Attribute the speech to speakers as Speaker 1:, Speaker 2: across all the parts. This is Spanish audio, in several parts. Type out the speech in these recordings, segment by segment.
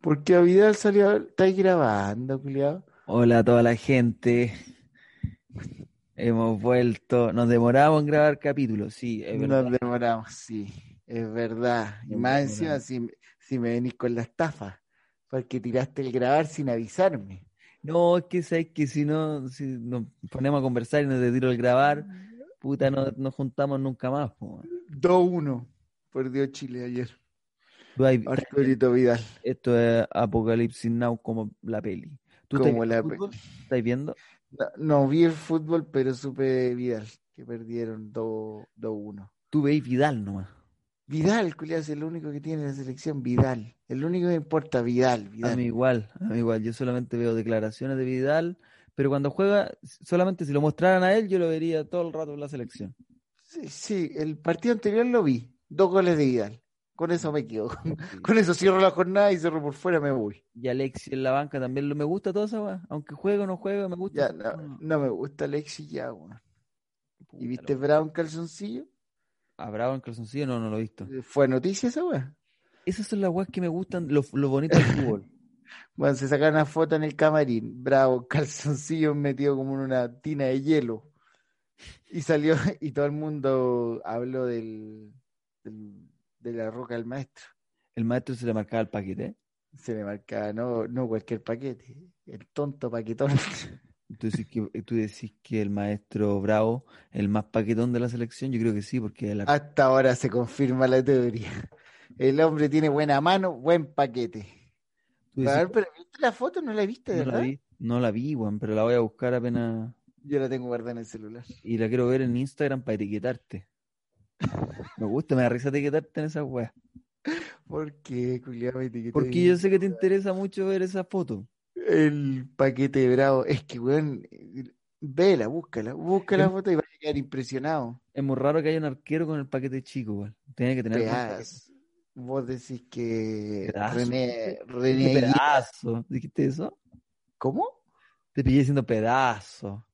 Speaker 1: Porque a Vidal salió, está ahí grabando, culiado.
Speaker 2: Hola a toda la gente. Hemos vuelto. Nos demoramos en grabar capítulos, sí, es verdad.
Speaker 1: Nos demoramos, sí, es verdad. Y
Speaker 2: Nos
Speaker 1: más
Speaker 2: demoramos.
Speaker 1: encima, si, si me venís con la estafa, porque tiraste el grabar sin avisarme.
Speaker 2: No, es que sabes que si no, si nos ponemos a conversar y nos tiro el grabar, puta, no nos juntamos nunca más, po, weón.
Speaker 1: 2-1, perdió Chile ayer.
Speaker 2: Tú hay-
Speaker 1: Arturito Vidal.
Speaker 2: Esto es Apocalipsis Now como la peli. ¿Tú estás
Speaker 1: Como
Speaker 2: viendo
Speaker 1: la
Speaker 2: fútbol? ¿Estás viendo?
Speaker 1: No, no vi el fútbol, pero supe de Vidal, que perdieron 2 2-1.
Speaker 2: Tú veis Vidal nomás.
Speaker 1: Vidal, culiado, es el único que tiene la selección, Vidal. El único que me importa, Vidal,
Speaker 2: A
Speaker 1: Vidal.
Speaker 2: mí igual, a mí igual. Yo solamente veo declaraciones de Vidal, pero cuando juega, solamente si lo mostraran a él, yo lo vería todo el rato en la selección.
Speaker 1: Sí, sí, el partido anterior lo vi. Dos goles de Vidal. Con eso me quedo. Con eso cierro la jornada y cierro por fuera, me voy.
Speaker 2: Y Alexis en la banca también lo, me gusta toda esa weá. Aunque juegue o no juegue, me gusta.
Speaker 1: Ya,
Speaker 2: esa
Speaker 1: no,
Speaker 2: weá.
Speaker 1: no me gusta Alexis ya, weón.
Speaker 2: Mm. Puta,
Speaker 1: ¿Y viste
Speaker 2: lo-
Speaker 1: Brown calzoncillo?
Speaker 2: ¿A Bravo en calzoncillo? No, no lo he visto.
Speaker 1: Fue noticia esa weá.
Speaker 2: Esas son las weas que me gustan, lo, lo bonito del fútbol.
Speaker 1: Bueno, se sacaron una foto en el camarín. Bravo, calzoncillo metido como en una tina de hielo. Y salió, y todo el mundo habló del, del- de la roca del maestro.
Speaker 2: El maestro se le marcaba el paquete, ¿eh?
Speaker 1: Se le marcaba, no, no cualquier paquete, el tonto paquetón.
Speaker 2: Tú decís que, tú decís que el maestro Bravo, el más paquetón de la selección, yo creo que sí, porque la-
Speaker 1: Hasta ahora se confirma la teoría. El hombre tiene buena mano, buen paquete.
Speaker 2: tú decís
Speaker 1: A ver, pero ¿viste la foto? ¿No la viste,
Speaker 2: que Pues no la
Speaker 1: verdad?
Speaker 2: vi, no la vi, weón, pero la voy a buscar apenas
Speaker 1: Yo la tengo guardada en el celular.
Speaker 2: y la quiero ver en Instagram para etiquetarte. Me gusta, me da risa etiquetarte en esas weas.
Speaker 1: ¿Por qué, culiao, me etiquetó
Speaker 2: Porque
Speaker 1: ahí?
Speaker 2: yo sé que te interesa mucho ver esa foto.
Speaker 1: El paquete de bravo. Es que, weón, eh, vela, búscala. Busca la
Speaker 2: Es-
Speaker 1: foto y vas a quedar impresionado.
Speaker 2: Es muy raro que haya un arquero con el paquete chico, weón. Tiene que tener buen paquete.
Speaker 1: Pedazo. Vos decís que
Speaker 2: Pedazo.
Speaker 1: René,
Speaker 2: Dije
Speaker 1: René Aguilar-
Speaker 2: pedazo. ¿Dijiste eso?
Speaker 1: ¿Cómo?
Speaker 2: Te pillé diciendo pedazo.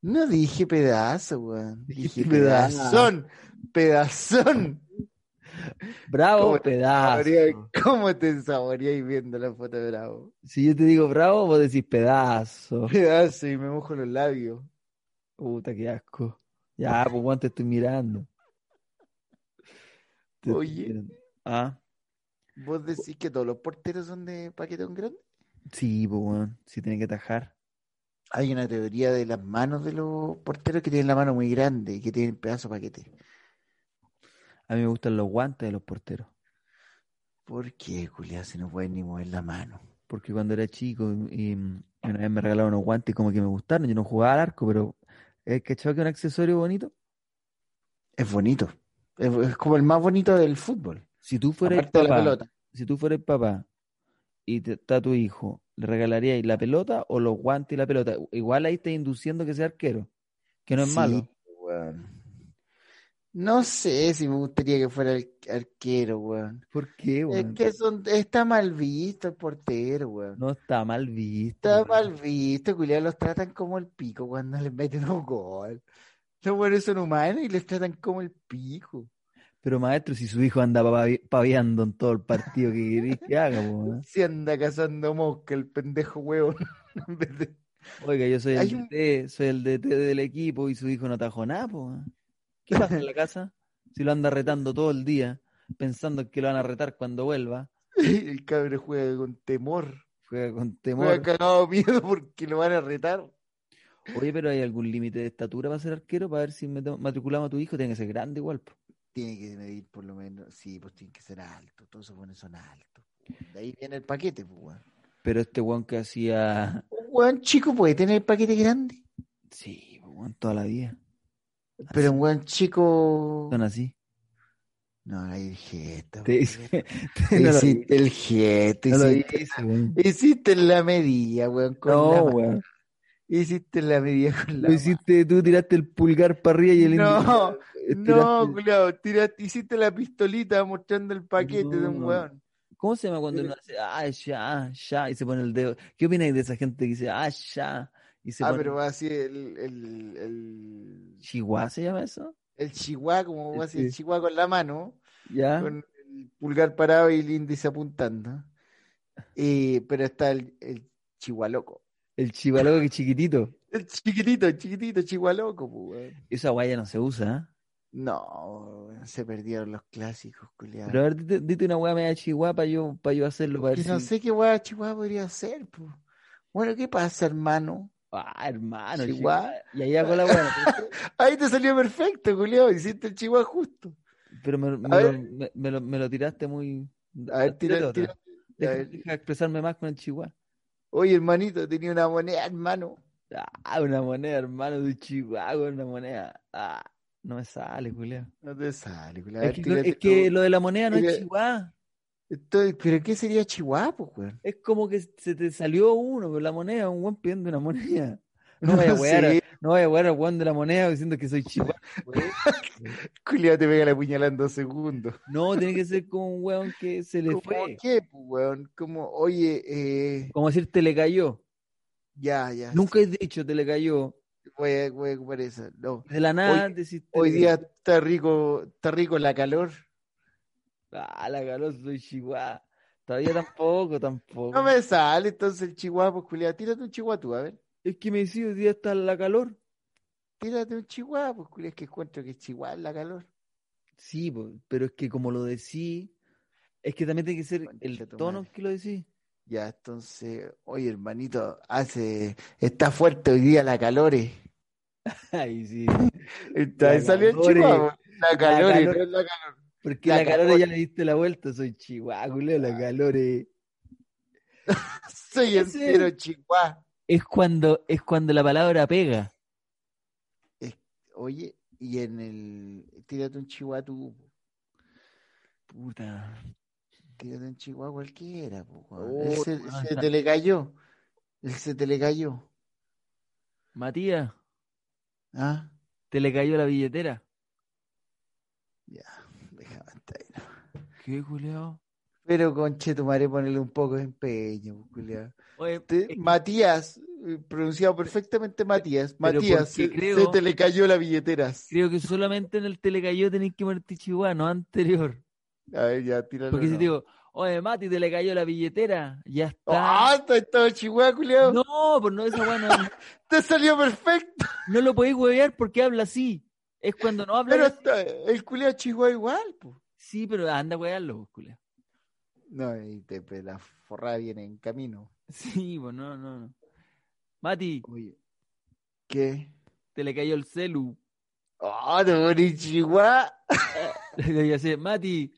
Speaker 1: No dije pedazo, weón.
Speaker 2: Dijiste
Speaker 1: Dije
Speaker 2: pedazo.
Speaker 1: pedazón. Pedazón.
Speaker 2: Bravo,
Speaker 1: ¿Cómo te Sabría-
Speaker 2: pedazo.
Speaker 1: ¿Cómo te saboreáis viendo la foto de Bravo?
Speaker 2: Si yo te digo bravo, vos decís pedazo.
Speaker 1: Pedazo y me mojo los labios.
Speaker 2: Puta, qué asco. Ya, pues Juan, te estoy mirando. Te estoy
Speaker 1: Oye.
Speaker 2: mirando. Ah,
Speaker 1: ¿Vos decís que todos los porteros son de paquetón grande?
Speaker 2: sí, pues Juan, sí tiene que atajar.
Speaker 1: Hay una teoría de las manos de los porteros que tienen la mano muy grande y que tienen pedazo de paquete.
Speaker 2: A mí me gustan los guantes de los porteros.
Speaker 1: ¿Por qué, Julián, si no pueden ni mover la mano?
Speaker 2: Porque cuando era chico mm, y, y una vez me regalaron unos guantes y como que me gustaron. Yo no jugaba al arco, pero ¿cachado que es un accesorio bonito?
Speaker 1: Es bonito. Es, es como el más bonito del fútbol.
Speaker 2: Si tú fueras
Speaker 1: aparte de la
Speaker 2: papá,
Speaker 1: pelota.
Speaker 2: si tú fueras papá y te- está tu hijo, ¿le regalaríais la pelota o los guantes y la pelota? Igual ahí estás induciendo que sea arquero, que no es
Speaker 1: Sí,
Speaker 2: malo.
Speaker 1: weón. No sé si me gustaría que fuera el arquero, weón.
Speaker 2: ¿Por qué,
Speaker 1: Es
Speaker 2: weón?
Speaker 1: que son, está mal visto el portero, weón.
Speaker 2: No está mal visto.
Speaker 1: Está
Speaker 2: weón.
Speaker 1: mal visto, culiao, los tratan como el pico cuando les meten un gol. Los buenos son humanos y les tratan como el pico.
Speaker 2: Pero maestro, si su hijo anda pavi- paviando en todo el partido que querís que haga, po, weón.
Speaker 1: Se anda cazando mosca el pendejo huevón. En vez de-
Speaker 2: Oiga, yo soy el
Speaker 1: Hay un-
Speaker 2: DT, soy el DT del equipo y su hijo no atajó nada, po, weón. ¿Qué pasa en la casa? Si lo anda retando todo el día, pensando que lo van a retar cuando vuelva,
Speaker 1: El cabro juega con temor.
Speaker 2: juega con
Speaker 1: Juega
Speaker 2: temor.
Speaker 1: cagado de miedo porque lo van a retar.
Speaker 2: Oye, pero ¿hay algún límite de estatura para ser arquero? Para ver si meto- matriculamos a tu hijo, tiene que ser grande igual, po.
Speaker 1: Tiene que medir por lo menos. Sí, pues tiene que ser alto. Todos esos buenos son altos. De ahí viene el paquete, pues, weón.
Speaker 2: Pero este weón que hacía...
Speaker 1: Un weón chico puede tener el paquete grande.
Speaker 2: Sí, po, weón, toda la vida.
Speaker 1: Pero un weón chico.
Speaker 2: Son así.
Speaker 1: No, ahí el gesto.
Speaker 2: Te dice...
Speaker 1: weón.
Speaker 2: te- no lo
Speaker 1: Hiciste el gesto.
Speaker 2: No lo
Speaker 1: hiciste,
Speaker 2: hice, weón.
Speaker 1: hiciste la medida, weón. Con la
Speaker 2: No,
Speaker 1: mano.
Speaker 2: weón.
Speaker 1: Hiciste la medida con la
Speaker 2: Lo hiciste, tú tiraste el pulgar para arriba y el
Speaker 1: No,
Speaker 2: indicador, eh,
Speaker 1: mano. No,
Speaker 2: tiraste-
Speaker 1: culiao, tiraste- hiciste la pistolita mostrando el paquete de un
Speaker 2: No.
Speaker 1: weón.
Speaker 2: ¿Cómo se llama cuando
Speaker 1: Pero-
Speaker 2: uno hace, ah, ya, ya, y se pone el dedo? ¿Qué opináis de esa gente que dice, ah, ya, y se
Speaker 1: Ah,
Speaker 2: pone...
Speaker 1: pero así el, el, el,
Speaker 2: ¿Chihuahua se llama eso?
Speaker 1: el chihuahua, como así el
Speaker 2: Sí. ¿Ah?
Speaker 1: chihuahua con la mano,
Speaker 2: ¿Ya?
Speaker 1: con el pulgar parado y el índice apuntando. Y, pero está el, el chihualoco.
Speaker 2: El chivaloco que es chiquitito.
Speaker 1: El chiquitito, el chiquitito, chihualoco, pues, weón.
Speaker 2: Esa guaya no se usa, ¿eh?
Speaker 1: No, weón, se perdieron los clásicos, culiado.
Speaker 2: Pero a ver, dite, dite una guaya media chihuahua para yo, pa yo hacerlo. Para ver
Speaker 1: Que no
Speaker 2: si-
Speaker 1: sé qué guay chihuahua podría ser, pues. Bueno, ¿qué pasa, hermano?
Speaker 2: Ah, hermano,
Speaker 1: Chihuahua.
Speaker 2: chihuahua. Y allá con la guaya. Pero,
Speaker 1: Ahí te salió perfecto, culiado. Hiciste el chihuahua justo.
Speaker 2: pero me, me
Speaker 1: A
Speaker 2: lo,
Speaker 1: ver.
Speaker 2: me- me lo- me lo tiraste muy.
Speaker 1: A ver, tira-
Speaker 2: Tírate Ah, otra.
Speaker 1: tira-
Speaker 2: Deja,
Speaker 1: a ver.
Speaker 2: deja expresarme más con el chihuahua.
Speaker 1: Oye, hermanito, tenía una moneda, hermano.
Speaker 2: Ah, una moneda, hermano, de un chihuahua, una moneda. Ah, no me sale, culiao.
Speaker 1: No te sale, culiao. A
Speaker 2: Es
Speaker 1: ver,
Speaker 2: que,
Speaker 1: tírate
Speaker 2: es que
Speaker 1: tú.
Speaker 2: lo de la moneda no es
Speaker 1: Tira-
Speaker 2: chihuahua.
Speaker 1: Estoy- ¿Pero qué sería chihuahua, pues, weón?
Speaker 2: Es como que se te salió uno, pero la moneda, un weón pidiendo una moneda. No vaya a
Speaker 1: sé,
Speaker 2: wear, no vaya a wear al weón de la moneda diciendo que soy chihuahua. weón.
Speaker 1: culiao, te pega la puñalada en dos segundos.
Speaker 2: No, tiene que ser como un weón que se le
Speaker 1: ¿Cómo
Speaker 2: fue.
Speaker 1: qué, pues, weón? Como, oye, eh,
Speaker 2: Como decir, te le cayó.
Speaker 1: ya, ya.
Speaker 2: Nunca he dicho, te le cayó.
Speaker 1: sí, Voy a, voy a ocupar esa. No.
Speaker 2: De la nada decís, te
Speaker 1: Hoy
Speaker 2: le
Speaker 1: día está rico, está rico la calor.
Speaker 2: cayó. Ah, la caló, soy chihuahua. Todavía tampoco, tampoco.
Speaker 1: No me sale entonces el chihuahua, pues, culiao. Tírate un chihuahua tú, a ver.
Speaker 2: Es que me decís, hoy día está la calor.
Speaker 1: Tírate un chihuahua, pues, culiao. Es que encuentro que chihuahua es la calor.
Speaker 2: Sí, po, pero es que como lo decís, es que también tiene que ser
Speaker 1: Concha
Speaker 2: el
Speaker 1: tu
Speaker 2: tono
Speaker 1: madre.
Speaker 2: que lo decís.
Speaker 1: Ya, entonces, oye, hermanito, hace, está fuerte hoy día la calore.
Speaker 2: Ay, sí.
Speaker 1: Está, ahí
Speaker 2: La
Speaker 1: salió el
Speaker 2: calore.
Speaker 1: chihuahua. La calore,
Speaker 2: calor-
Speaker 1: no es la calor.
Speaker 2: Porque
Speaker 1: La
Speaker 2: la, calor
Speaker 1: calor. Ah.
Speaker 2: ya le diste la vuelta, soy chihuahua, culeo, la calor es...
Speaker 1: Soy
Speaker 2: Ese-
Speaker 1: entero chihuahua.
Speaker 2: Es cuando, es cuando la palabra pega.
Speaker 1: Oye, y en el, tírate un chihuahua tú, po.
Speaker 2: Puta.
Speaker 1: tírate un chihuahua cualquiera, po, weón.
Speaker 2: Oh,
Speaker 1: Él se,
Speaker 2: weón,
Speaker 1: se
Speaker 2: está-
Speaker 1: te le cayó. Él se te le cayó.
Speaker 2: Matías,
Speaker 1: Ah,
Speaker 2: te le cayó la billetera.
Speaker 1: ya, déjame estar ahí.
Speaker 2: ¿Qué, culeo?
Speaker 1: Pero conche tu madre, ponele un poco de empeño, po, culiao.
Speaker 2: Oye,
Speaker 1: Te-
Speaker 2: es que-
Speaker 1: Matías, eh, pronunciado perfectamente Matías,
Speaker 2: pero
Speaker 1: Matías,
Speaker 2: porque
Speaker 1: se,
Speaker 2: creo-
Speaker 1: se te le cayó la billetera.
Speaker 2: creo que solamente en el te le cayó tenés que ponerte chihuahua, no anterior.
Speaker 1: A ver, ya, tíralo.
Speaker 2: Porque si
Speaker 1: no.
Speaker 2: te digo, oye, Mati, te le cayó la billetera, ya está.
Speaker 1: ¡Ah, está todo chihuahua, culiao!
Speaker 2: No, pues no, esa weá no,
Speaker 1: ¡Te salió perfecto!
Speaker 2: no lo podéis huevear porque habla así. Es cuando no habla.
Speaker 1: Pero
Speaker 2: así.
Speaker 1: está- el culiao chihuahua igual, po.
Speaker 2: Sí, pero anda a huevearlo, pues, culiao.
Speaker 1: No, y te pe- la forrada viene en camino.
Speaker 2: Sí, pues no, no, no. Mati,
Speaker 1: Oye, ¿qué?
Speaker 2: te le cayó el celu.
Speaker 1: ¡Ah, te poní chihuahua!
Speaker 2: Y así, Mati,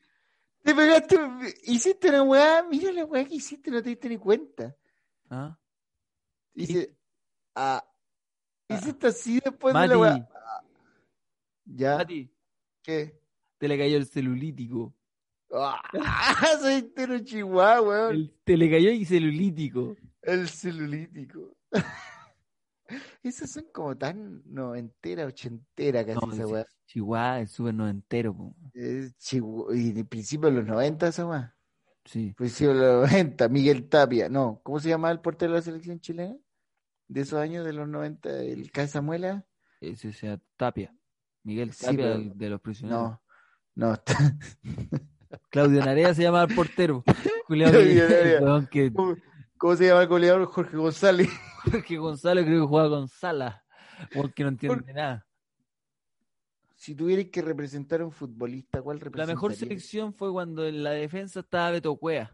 Speaker 1: Te pegaste, hiciste una weá, mira la weá que hiciste, no te diste ni cuenta.
Speaker 2: ¿ah?
Speaker 1: Hice, ah,
Speaker 2: Ah.
Speaker 1: hiciste así después de
Speaker 2: Mati,
Speaker 1: la Pues weá. Ya,
Speaker 2: Mati,
Speaker 1: ¿qué?
Speaker 2: te le cayó el celulítico.
Speaker 1: ¡Ah! Soy entero chihuahua, weón.
Speaker 2: El- te le cayó el celulítico.
Speaker 1: El celulítico. Esas son como tan noventera, ochentera casi
Speaker 2: No,
Speaker 1: esa
Speaker 2: sí.
Speaker 1: weá.
Speaker 2: Chihuahua es súper noventero, pues. po.
Speaker 1: Es chihu- Y de principio de los 90 esa weá.
Speaker 2: Sí.
Speaker 1: Principio de los 90, Miguel Tapia. No, ¿cómo se llamaba el portero de la selección chilena? De esos años de los 90, el Casamuela.
Speaker 2: Ese sea Tapia. Miguel
Speaker 1: Sí,
Speaker 2: Tapia
Speaker 1: pero-
Speaker 2: el de los prisioneros.
Speaker 1: No, no.
Speaker 2: Claudio Narea se llama el portero. Julián,
Speaker 1: Claudio Narea.
Speaker 2: que
Speaker 1: ¿Cómo, cómo se llama el goleador? Jorge González.
Speaker 2: Porque Gonzalo creo que juega con Sala, porque no entiende nada.
Speaker 1: Si tuvierais que representar a un futbolista, ¿cuál
Speaker 2: La
Speaker 1: representaría?
Speaker 2: mejor selección fue cuando en la defensa estaba Beto Cuea.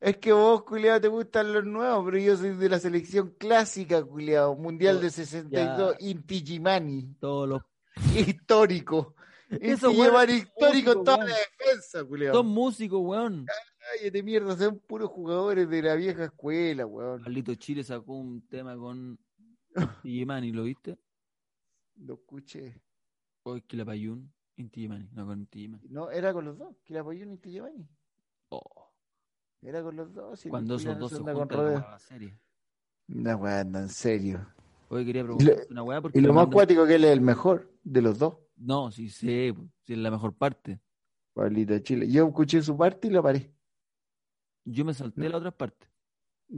Speaker 1: Es que vos, culiado, te gustan los nuevos, pero yo soy de la selección clásica, culiado.
Speaker 2: Oh,
Speaker 1: Mundial de 62, Inti Gimani,
Speaker 2: Todos los
Speaker 1: histórico. Inti
Speaker 2: Eso, weón,
Speaker 1: Gimani, histórico en
Speaker 2: músico,
Speaker 1: toda
Speaker 2: weón.
Speaker 1: la defensa, culiado.
Speaker 2: son músicos, weón.
Speaker 1: Cállate, mierda, son puros jugadores de la vieja escuela, weón.
Speaker 2: Carlito Chile sacó un tema con Intigimani, ¿lo viste?
Speaker 1: Lo escuché.
Speaker 2: O Quilapayún, Intigimani, no con Intigimani.
Speaker 1: No, era con los dos, que la apoyó Inti Gimani.
Speaker 2: Oh,
Speaker 1: Era con los dos. y
Speaker 2: cuando esos
Speaker 1: culiao,
Speaker 2: dos se
Speaker 1: anda
Speaker 2: juntan,
Speaker 1: con
Speaker 2: la
Speaker 1: rodeo.
Speaker 2: hueá va seria.
Speaker 1: No, weón, anda, en serio.
Speaker 2: Hoy quería
Speaker 1: lo-
Speaker 2: preguntar una weá porque
Speaker 1: Y lo
Speaker 2: me
Speaker 1: más
Speaker 2: mandan-
Speaker 1: cuático que él es el mejor de los dos,
Speaker 2: No, sí sé, po, sí es la mejor parte.
Speaker 1: Pablito de Chile. Yo escuché su parte y lo paré.
Speaker 2: Yo me salté
Speaker 1: No.
Speaker 2: la otra parte.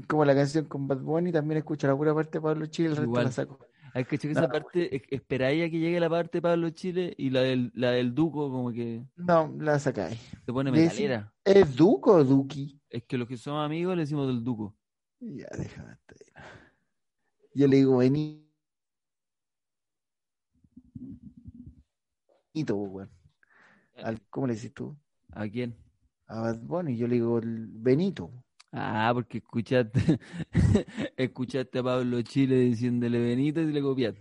Speaker 1: Como la canción con Bad Bunny, también escucho la pura parte de Pablo Chile, el resto
Speaker 2: Igual.
Speaker 1: la saco.
Speaker 2: Hay que checar esa parte, es- esperáis a que llegue la parte de Pablo Chile y la del, la del Duco como que
Speaker 1: No, la sacáis.
Speaker 2: se pone
Speaker 1: Le decimos-
Speaker 2: metalera.
Speaker 1: ¿Es Duco o Duki?
Speaker 2: Es que los que somos amigos le decimos del Duco.
Speaker 1: Ya, déjame hasta ahí. Yo le digo, vení. Benito, po, weón. Al- ¿Cómo le decís tú?
Speaker 2: ¿A quién?
Speaker 1: A Bad Bunny. Yo le digo, el Benito.
Speaker 2: Ah, porque escuchaste, escuchaste a Pablo Chile diciéndole Benito y le copiaste.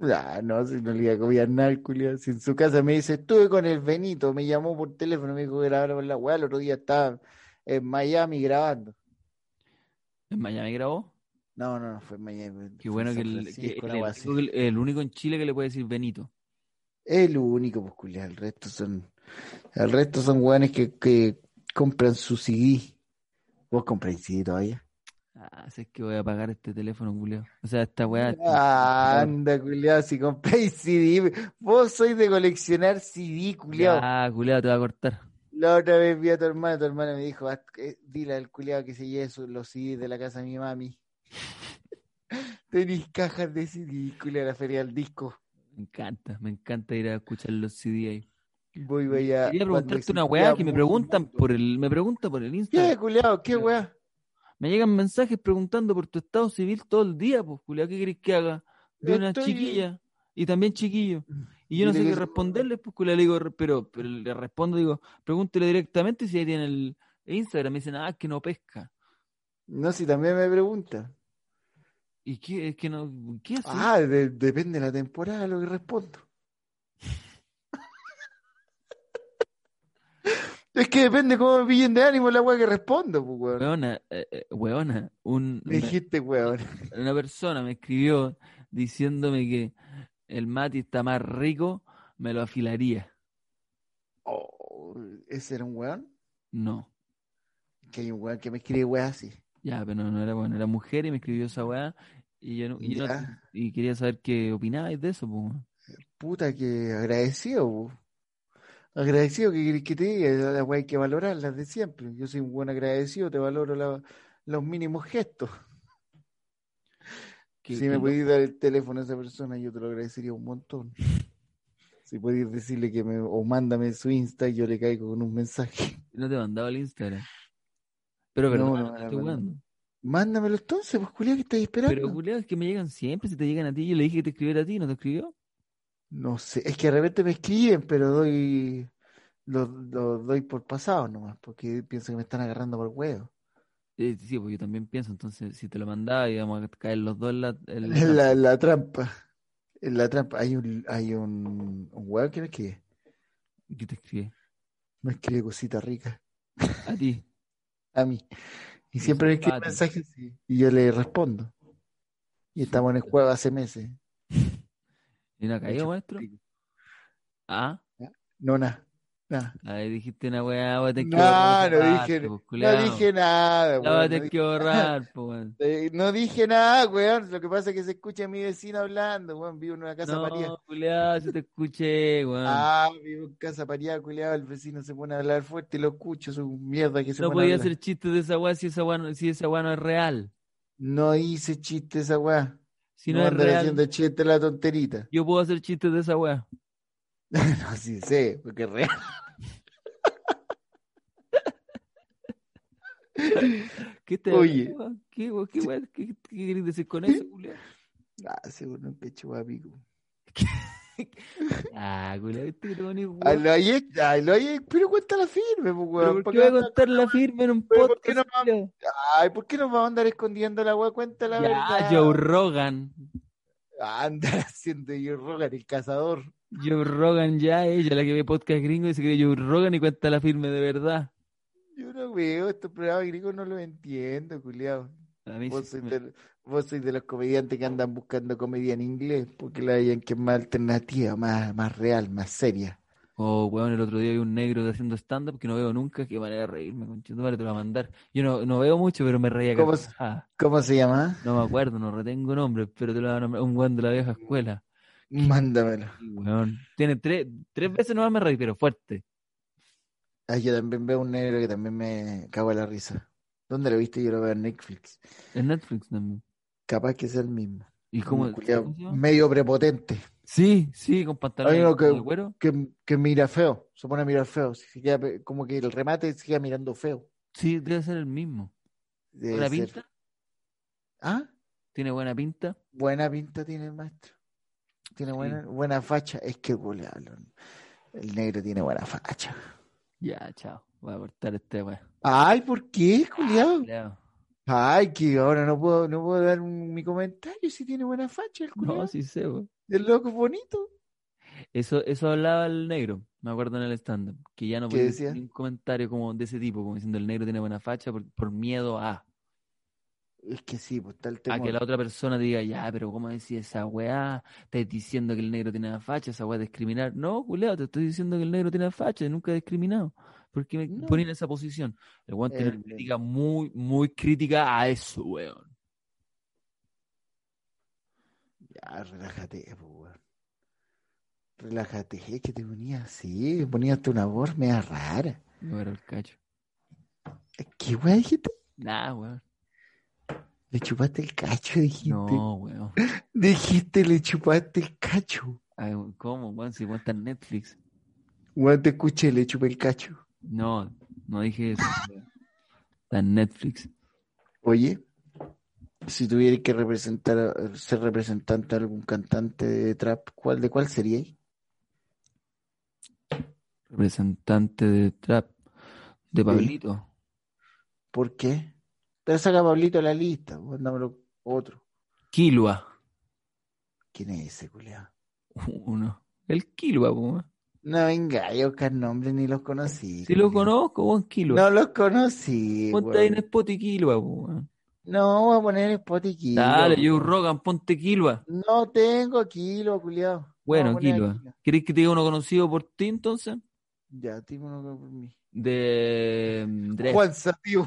Speaker 1: Ah, no, si no le iba a copiar nada, al culiao. Si en su casa me dice, estuve con el Benito, me llamó por teléfono, me dijo que grabara por la weá, el otro día estaba en Miami grabando.
Speaker 2: ¿En Miami grabó?
Speaker 1: No, no, no fue en Miami.
Speaker 2: Qué
Speaker 1: fue
Speaker 2: bueno
Speaker 1: en
Speaker 2: que,
Speaker 1: San
Speaker 2: el, que
Speaker 1: Francisco,
Speaker 2: el
Speaker 1: una weá así.
Speaker 2: único, el único en Chile que le puede decir Benito.
Speaker 1: El único, pues, culiao, El resto son. El resto son weones que, que compran su CD. ¿Vos compráis CD todavía?
Speaker 2: Ah, sé que voy a apagar este teléfono, culiao. O sea, esta weá.
Speaker 1: Ah, anda, culiao, si compráis CD. Vos sois de coleccionar CD, culiao.
Speaker 2: Ah, culiao, te va a cortar.
Speaker 1: La otra vez vi a tu hermano, tu hermano me dijo, "Haz- eh, dile al culiao que se lleve su- los CDs de la casa de mi mami. Tenís cajas de CD, culiao, la feria del disco.
Speaker 2: Me encanta, me encanta ir a escuchar los CD ahí.
Speaker 1: Voy, vaya.
Speaker 2: Quería
Speaker 1: cuando
Speaker 2: preguntarte una
Speaker 1: existía
Speaker 2: weá que me
Speaker 1: Mundo.
Speaker 2: preguntan por el, me preguntan por el
Speaker 1: ¿Qué,
Speaker 2: Instagram.
Speaker 1: culiao? ¿Qué weá?
Speaker 2: Me llegan mensajes preguntando por tu estado civil todo el día, pues, culiao, ¿qué querés que haga? De una
Speaker 1: Estoy-
Speaker 2: chiquilla y también chiquillo. Y yo
Speaker 1: Dile
Speaker 2: no sé
Speaker 1: que
Speaker 2: qué
Speaker 1: sí.
Speaker 2: responderles, pues, culiao, le digo, re- pero, pero le respondo, digo, pregúntele directamente si ahí tiene el Instagram. Me dicen, ah, es que no pesca.
Speaker 1: No, si también me pregunta.
Speaker 2: ¿Y qué? Es que no, ¿qué hace?
Speaker 1: Ah, de- depende de la temporada lo que respondo. Es que depende cómo me pillen de ánimo la weá que respondo, pues, weón.
Speaker 2: Weona, eh, eh, weona, un,
Speaker 1: Me
Speaker 2: una-
Speaker 1: dijiste, weón.
Speaker 2: una persona me escribió diciéndome que el mati está más rico, me lo afilaría.
Speaker 1: Oh, ese era un weón.
Speaker 2: No,
Speaker 1: Que hay un weón que me escribe weá así.
Speaker 2: ya, pero no, no era bueno, era mujer y me escribió esa weá y yo, no- y yo no-
Speaker 1: Ya.
Speaker 2: y quería saber qué opinabais de eso, po, weón.
Speaker 1: Puta que agradecido, po. Agradecido que querés que te diga, las weá hay que valorarlas de siempre. Yo soy un buen agradecido, te valoro la- los mínimos gestos.
Speaker 2: Que-
Speaker 1: si
Speaker 2: que
Speaker 1: me
Speaker 2: lo-
Speaker 1: podéis dar el teléfono a esa persona, yo te lo agradecería un montón. Si podéis decirle que me, o mándame su Insta y yo le caigo con un mensaje.
Speaker 2: no te mandaba el Instagram.
Speaker 1: No,
Speaker 2: Pero verdad,
Speaker 1: no me la
Speaker 2: estoy
Speaker 1: mandó.
Speaker 2: jugando.
Speaker 1: Mándamelo entonces, pues culiao, que estás esperando?
Speaker 2: Pero culiao, es que me llegan siempre, si te llegan a ti, yo le dije que te escribiera a ti, ¿no te escribió?
Speaker 1: No sé, es que de repente me escriben, pero doy, lo, lo doy por pasado nomás, porque pienso que me están agarrando por huevo.
Speaker 2: Eh, sí, pues yo también pienso, entonces si te lo mandaba íbamos a caer los dos en la... en la
Speaker 1: En
Speaker 2: trampa.
Speaker 1: la, la trampa. En la trampa. Hay un, hay un, un weón que me escribe.
Speaker 2: ¿Qué te escribí?
Speaker 1: Me escribe cositas ricas
Speaker 2: A ti.
Speaker 1: a mí. Y siempre me escribe
Speaker 2: simpático.
Speaker 1: mensajes así, y yo le respondo. Y estamos en el juego hace meses.
Speaker 2: ¿Y no ha caído,
Speaker 1: Mucho
Speaker 2: maestro?
Speaker 1: pico.
Speaker 2: Ah,
Speaker 1: No, nada. Nada.
Speaker 2: ahí dijiste una weá, voy a tener que
Speaker 1: No,
Speaker 2: borrar esa
Speaker 1: no
Speaker 2: parte,
Speaker 1: dije-
Speaker 2: pues,
Speaker 1: No
Speaker 2: culiao.
Speaker 1: dije nada,
Speaker 2: La voy a
Speaker 1: weón. No
Speaker 2: tener
Speaker 1: di-
Speaker 2: que borrar, pues, weón.
Speaker 1: eh, No dije nada, weón. Lo que pasa es que se escucha a mi vecina hablando, weón. Vivo en una casa paría.
Speaker 2: No, culiao, si te escuché, weón.
Speaker 1: Ah, vivo en casa paría, culiado. El vecino se pone a hablar fuerte y lo escucho. Es un mierda que se
Speaker 2: no
Speaker 1: pone a
Speaker 2: podía
Speaker 1: hablar.
Speaker 2: hacer chistes de esa weá si esa weá no, si esa weá no es real.
Speaker 1: No hice chiste esa weá.
Speaker 2: Si no,
Speaker 1: no
Speaker 2: es
Speaker 1: andar
Speaker 2: real,
Speaker 1: haciendo chiste la tonterita.
Speaker 2: yo puedo hacer chistes de esa weá.
Speaker 1: No, sí sé, porque es real.
Speaker 2: ¿Qué te
Speaker 1: Oye.
Speaker 2: weón? ¿Qué, weón? ¿Qué, weá? ¿Qué, qué querés decir con eso, culiao?
Speaker 1: Ah, seguro un pecho guapico.
Speaker 2: Ah, culiao, viste que te pones weón.
Speaker 1: Ah, lo hay, ah, lo hay, pero cuéntala firme, pues,
Speaker 2: ¿Pero
Speaker 1: weón.
Speaker 2: ¿Por
Speaker 1: ¿Por
Speaker 2: qué voy a
Speaker 1: no-
Speaker 2: contar la firme en un
Speaker 1: Pero ¿por qué
Speaker 2: podcast,
Speaker 1: no
Speaker 2: culiao?
Speaker 1: Ay, ¿por qué nos vamos a andar escondiendo la weá? Cuéntala,
Speaker 2: Ya,
Speaker 1: verdad.
Speaker 2: Joe Rogan.
Speaker 1: Ah, andar haciendo yo rogar el cazador.
Speaker 2: Joe Rogan ya, ella la que ve podcast gringo y se cree Joe Rogan y cuenta la firme de verdad.
Speaker 1: Yo no veo estos programas gringos, no los entiendo, culiao.
Speaker 2: A mí
Speaker 1: Vos
Speaker 2: sí
Speaker 1: sois,
Speaker 2: me-
Speaker 1: de, vos sois de los comediantes que andan buscando comedia en inglés, porque la hayan que es más alternativa, más, más real, más seria.
Speaker 2: Oh, weón, el otro día vi un negro haciendo stand-up que no veo nunca. Qué manera de reírme, conchetumare, te lo voy a mandar. Yo no, no veo mucho, pero me reía.
Speaker 1: ¿Cómo
Speaker 2: carcajada.
Speaker 1: ¿Cómo se llama?
Speaker 2: No me acuerdo, no retengo nombres, pero te lo voy a nombrar. Un weón de la vieja escuela.
Speaker 1: Mándamelo.
Speaker 2: Y, Weón. Tiene tres, tres veces nomás me reí, pero fuerte.
Speaker 1: Ah, yo también veo un negro que también me cago en la risa. ¿Dónde lo viste? Yo lo veo en Netflix.
Speaker 2: En Netflix también.
Speaker 1: Capaz que sea el mismo.
Speaker 2: ¿Y cómo,
Speaker 1: Un Mm, culiao
Speaker 2: cómo se llama?
Speaker 1: medio prepotente,
Speaker 2: Sí, sí, con pantalones
Speaker 1: Hay uno que-
Speaker 2: de cuero.
Speaker 1: que, que mira feo, se pone a mirar feo, se queda pe- como que el remate se queda mirando feo.
Speaker 2: Sí, debe ser el mismo.
Speaker 1: Debe
Speaker 2: ¿Buena
Speaker 1: ser-
Speaker 2: pinta?
Speaker 1: ¿Ah?
Speaker 2: ¿Tiene buena pinta?
Speaker 1: Buena pinta tiene el maestro. Tiene
Speaker 2: Sí.
Speaker 1: buena, buena facha. Es que culiao, lo- el negro tiene buena facha.
Speaker 2: Ya, chao. Voy a cortar este weón.
Speaker 1: Ay, ¿por qué, culiao?
Speaker 2: Culeado.
Speaker 1: Ay, que ahora no puedo, no puedo dar un- mi comentario si tiene buena facha el culiao.
Speaker 2: No, sí sé, weón.
Speaker 1: El loco es bonito.
Speaker 2: Eso, eso hablaba el negro, me acuerdo en el stand-up, que ya no
Speaker 1: ¿Qué
Speaker 2: podía
Speaker 1: decía?
Speaker 2: hacer un comentario como de ese tipo, como diciendo el negro tiene buena facha por, por miedo a, a
Speaker 1: Es que sí, pues está el
Speaker 2: que
Speaker 1: temor.
Speaker 2: la otra persona diga, ya, pero ¿cómo decís esa weá? Estás diciendo que el negro tiene una facha, esa weá es discriminar. No, culeado, te estoy diciendo que el negro tiene una facha, nunca he discriminado. ¿Por qué me
Speaker 1: No. Eh,
Speaker 2: ponen en esa posición? El weón tiene
Speaker 1: El-
Speaker 2: una crítica muy, muy crítica a eso, weón.
Speaker 1: Ya, relájate, pues, weón. Relájate, es que te ponías así, ponías tu una voz media rara.
Speaker 2: No era el cacho.
Speaker 1: ¿Qué weón dijiste?
Speaker 2: Nah, weón.
Speaker 1: Le chupaste el cacho, dijiste.
Speaker 2: No, weón.
Speaker 1: Dijiste, le chupaste el cacho.
Speaker 2: Ay, weón, ¿Cómo, weón? Si weón está en Netflix.
Speaker 1: Weón, te escuché, le chupé el cacho.
Speaker 2: No, no dije eso. weón. Está en Netflix.
Speaker 1: Oye, si tuvieras que representar, a- ser representante de algún cantante de trap, ¿cuál, de cuál seríais?
Speaker 2: Representante de Trap. De
Speaker 1: Sí.
Speaker 2: Pablito.
Speaker 1: ¿Por qué? Pero saca a Pablito de la lista, vos dámelo otro.
Speaker 2: Kilua.
Speaker 1: ¿Quién es ese, culiao?
Speaker 2: Uno. El Kilua, po, weón.
Speaker 1: No venga a buscar nombres ni los conocí.
Speaker 2: Si lo
Speaker 1: culiao.
Speaker 2: conozco, weón, Kilua.
Speaker 1: No los conocí.
Speaker 2: ponte
Speaker 1: weón.
Speaker 2: ahí en Spotify Kilua, po, weón.
Speaker 1: No, voy a poner Spotify.
Speaker 2: Dale, yo Rogan, ponte Kilua.
Speaker 1: No tengo kilo, culiao.
Speaker 2: Bueno,
Speaker 1: Vamos a poner
Speaker 2: Kilua.
Speaker 1: aquí.
Speaker 2: ¿Querés que te diga uno conocido por ti entonces?
Speaker 1: Ya, tengo uno por mí.
Speaker 2: De. em, Dres.
Speaker 1: Juan Satiu.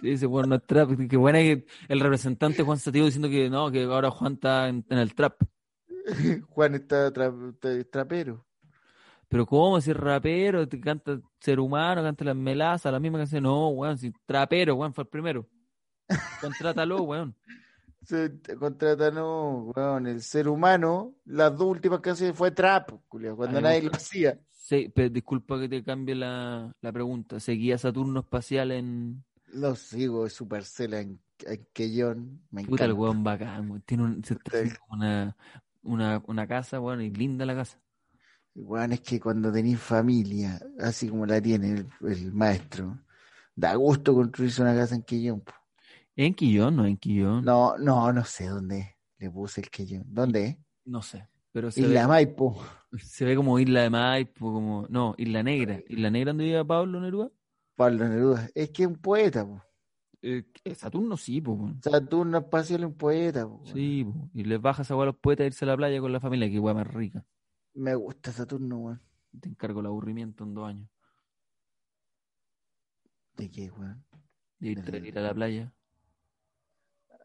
Speaker 2: Dice, bueno, no es trap. Qué buena que el representante Juan Sativo diciendo que no, que ahora Juan está en- en el trap.
Speaker 1: Juan está, tra- está trapero.
Speaker 2: Pero ¿cómo? Si es rapero, te canta ser humano, canta las melazas, la misma canción. No, weón, si trapero, weón, fue el primero. Contrátalo, weón.
Speaker 1: Se te- contratan, no, weón, el ser humano. Las dos últimas que hacía fue trap, culiao, cuando
Speaker 2: Ay,
Speaker 1: nadie
Speaker 2: weón.
Speaker 1: lo hacía.
Speaker 2: Se- pe- disculpa que te cambie la, la pregunta. ¿Seguía Saturno Espacial en...
Speaker 1: Lo sigo, es Supercell en, en Quellón. Me
Speaker 2: Puta, el
Speaker 1: encanta.
Speaker 2: weón bacán, weón. Tiene un- se está
Speaker 1: Puta.
Speaker 2: haciendo una, una, una casa, weón, y linda la casa.
Speaker 1: Weón, es que cuando tenés familia, así como la tiene el, el maestro, da gusto construirse una casa en Quillón. po.
Speaker 2: ¿En Quillón? No, en Quillón. No,
Speaker 1: No, no, no sé dónde es. Le puse el Quillón. ¿Dónde es?
Speaker 2: sé. Pero se
Speaker 1: Isla
Speaker 2: ve,
Speaker 1: Maipo.
Speaker 2: se ve como Isla de Maipo, como... No, Isla Negra. Isla Negra donde vive Pablo Neruda.
Speaker 1: Pablo Neruda. Es que es un poeta. po.
Speaker 2: Eh, Saturno sí, pues, weón.
Speaker 1: Saturno Espacial es un poeta. po, weón.
Speaker 2: Sí, po, y les baja esa hueá a los poetas a irse a la playa con la familia, que hueá más rica.
Speaker 1: Me gusta Saturno, weón.
Speaker 2: Te encargo el aburrimiento en dos años.
Speaker 1: ¿De qué, weón?
Speaker 2: De irte
Speaker 1: Ujú.
Speaker 2: ir a la playa.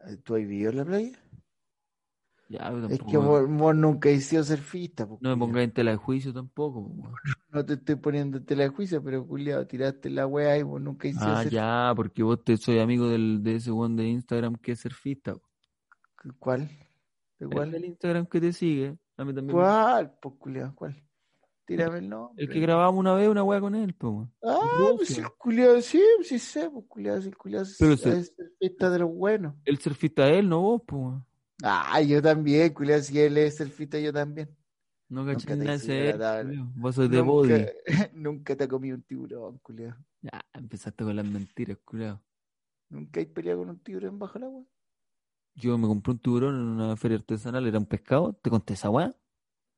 Speaker 1: Eh, ¿Tú has vivido en la playa?
Speaker 2: Ya, yo
Speaker 1: Es que
Speaker 2: tampoco.
Speaker 1: vos, vos nunca has sido surfista. po,
Speaker 2: pues, No me
Speaker 1: pues, culiao.
Speaker 2: pongas en tela de juicio tampoco. po, weón.
Speaker 1: No te estoy poniendo en tela de juicio, pero culiado, tiraste la weá y vos nunca hiciste
Speaker 2: Ah, ya, porque vos te soy amigo del, de ese weón de Instagram que es surfista. po.
Speaker 1: ¿Cuál? ¿De
Speaker 2: El
Speaker 1: cuál?
Speaker 2: del Instagram que te sigue. A mí también. me-
Speaker 1: ¿Cuál? Pues culiado, ¿cuál? Tírame el nombre.
Speaker 2: El que grabamos una vez una hueá con él, po, weón.
Speaker 1: Ah, pues
Speaker 2: Rusia.
Speaker 1: el culiado, sí, sí sé, pues culiado, sí, el culiado
Speaker 2: Pero
Speaker 1: es,
Speaker 2: sí.
Speaker 1: es surfista de los buenos.
Speaker 2: El surfista él, no vos, po, weón.
Speaker 1: Ah, yo también, culiado, si él es surfista, yo también.
Speaker 2: No
Speaker 1: Nunca
Speaker 2: cachás
Speaker 1: te
Speaker 2: nada de
Speaker 1: hice
Speaker 2: ese
Speaker 1: la
Speaker 2: él,
Speaker 1: tabla.
Speaker 2: culiao. Vos sos de
Speaker 1: nunca,
Speaker 2: body.
Speaker 1: nunca te ha comido un tiburón, culiado.
Speaker 2: Ya, empezaste con las mentiras, culiao.
Speaker 1: Nunca hay peleado con un tiburón bajo el agua.
Speaker 2: Yo me compré un tiburón en una feria artesanal, era un pescado, te conté esa weá.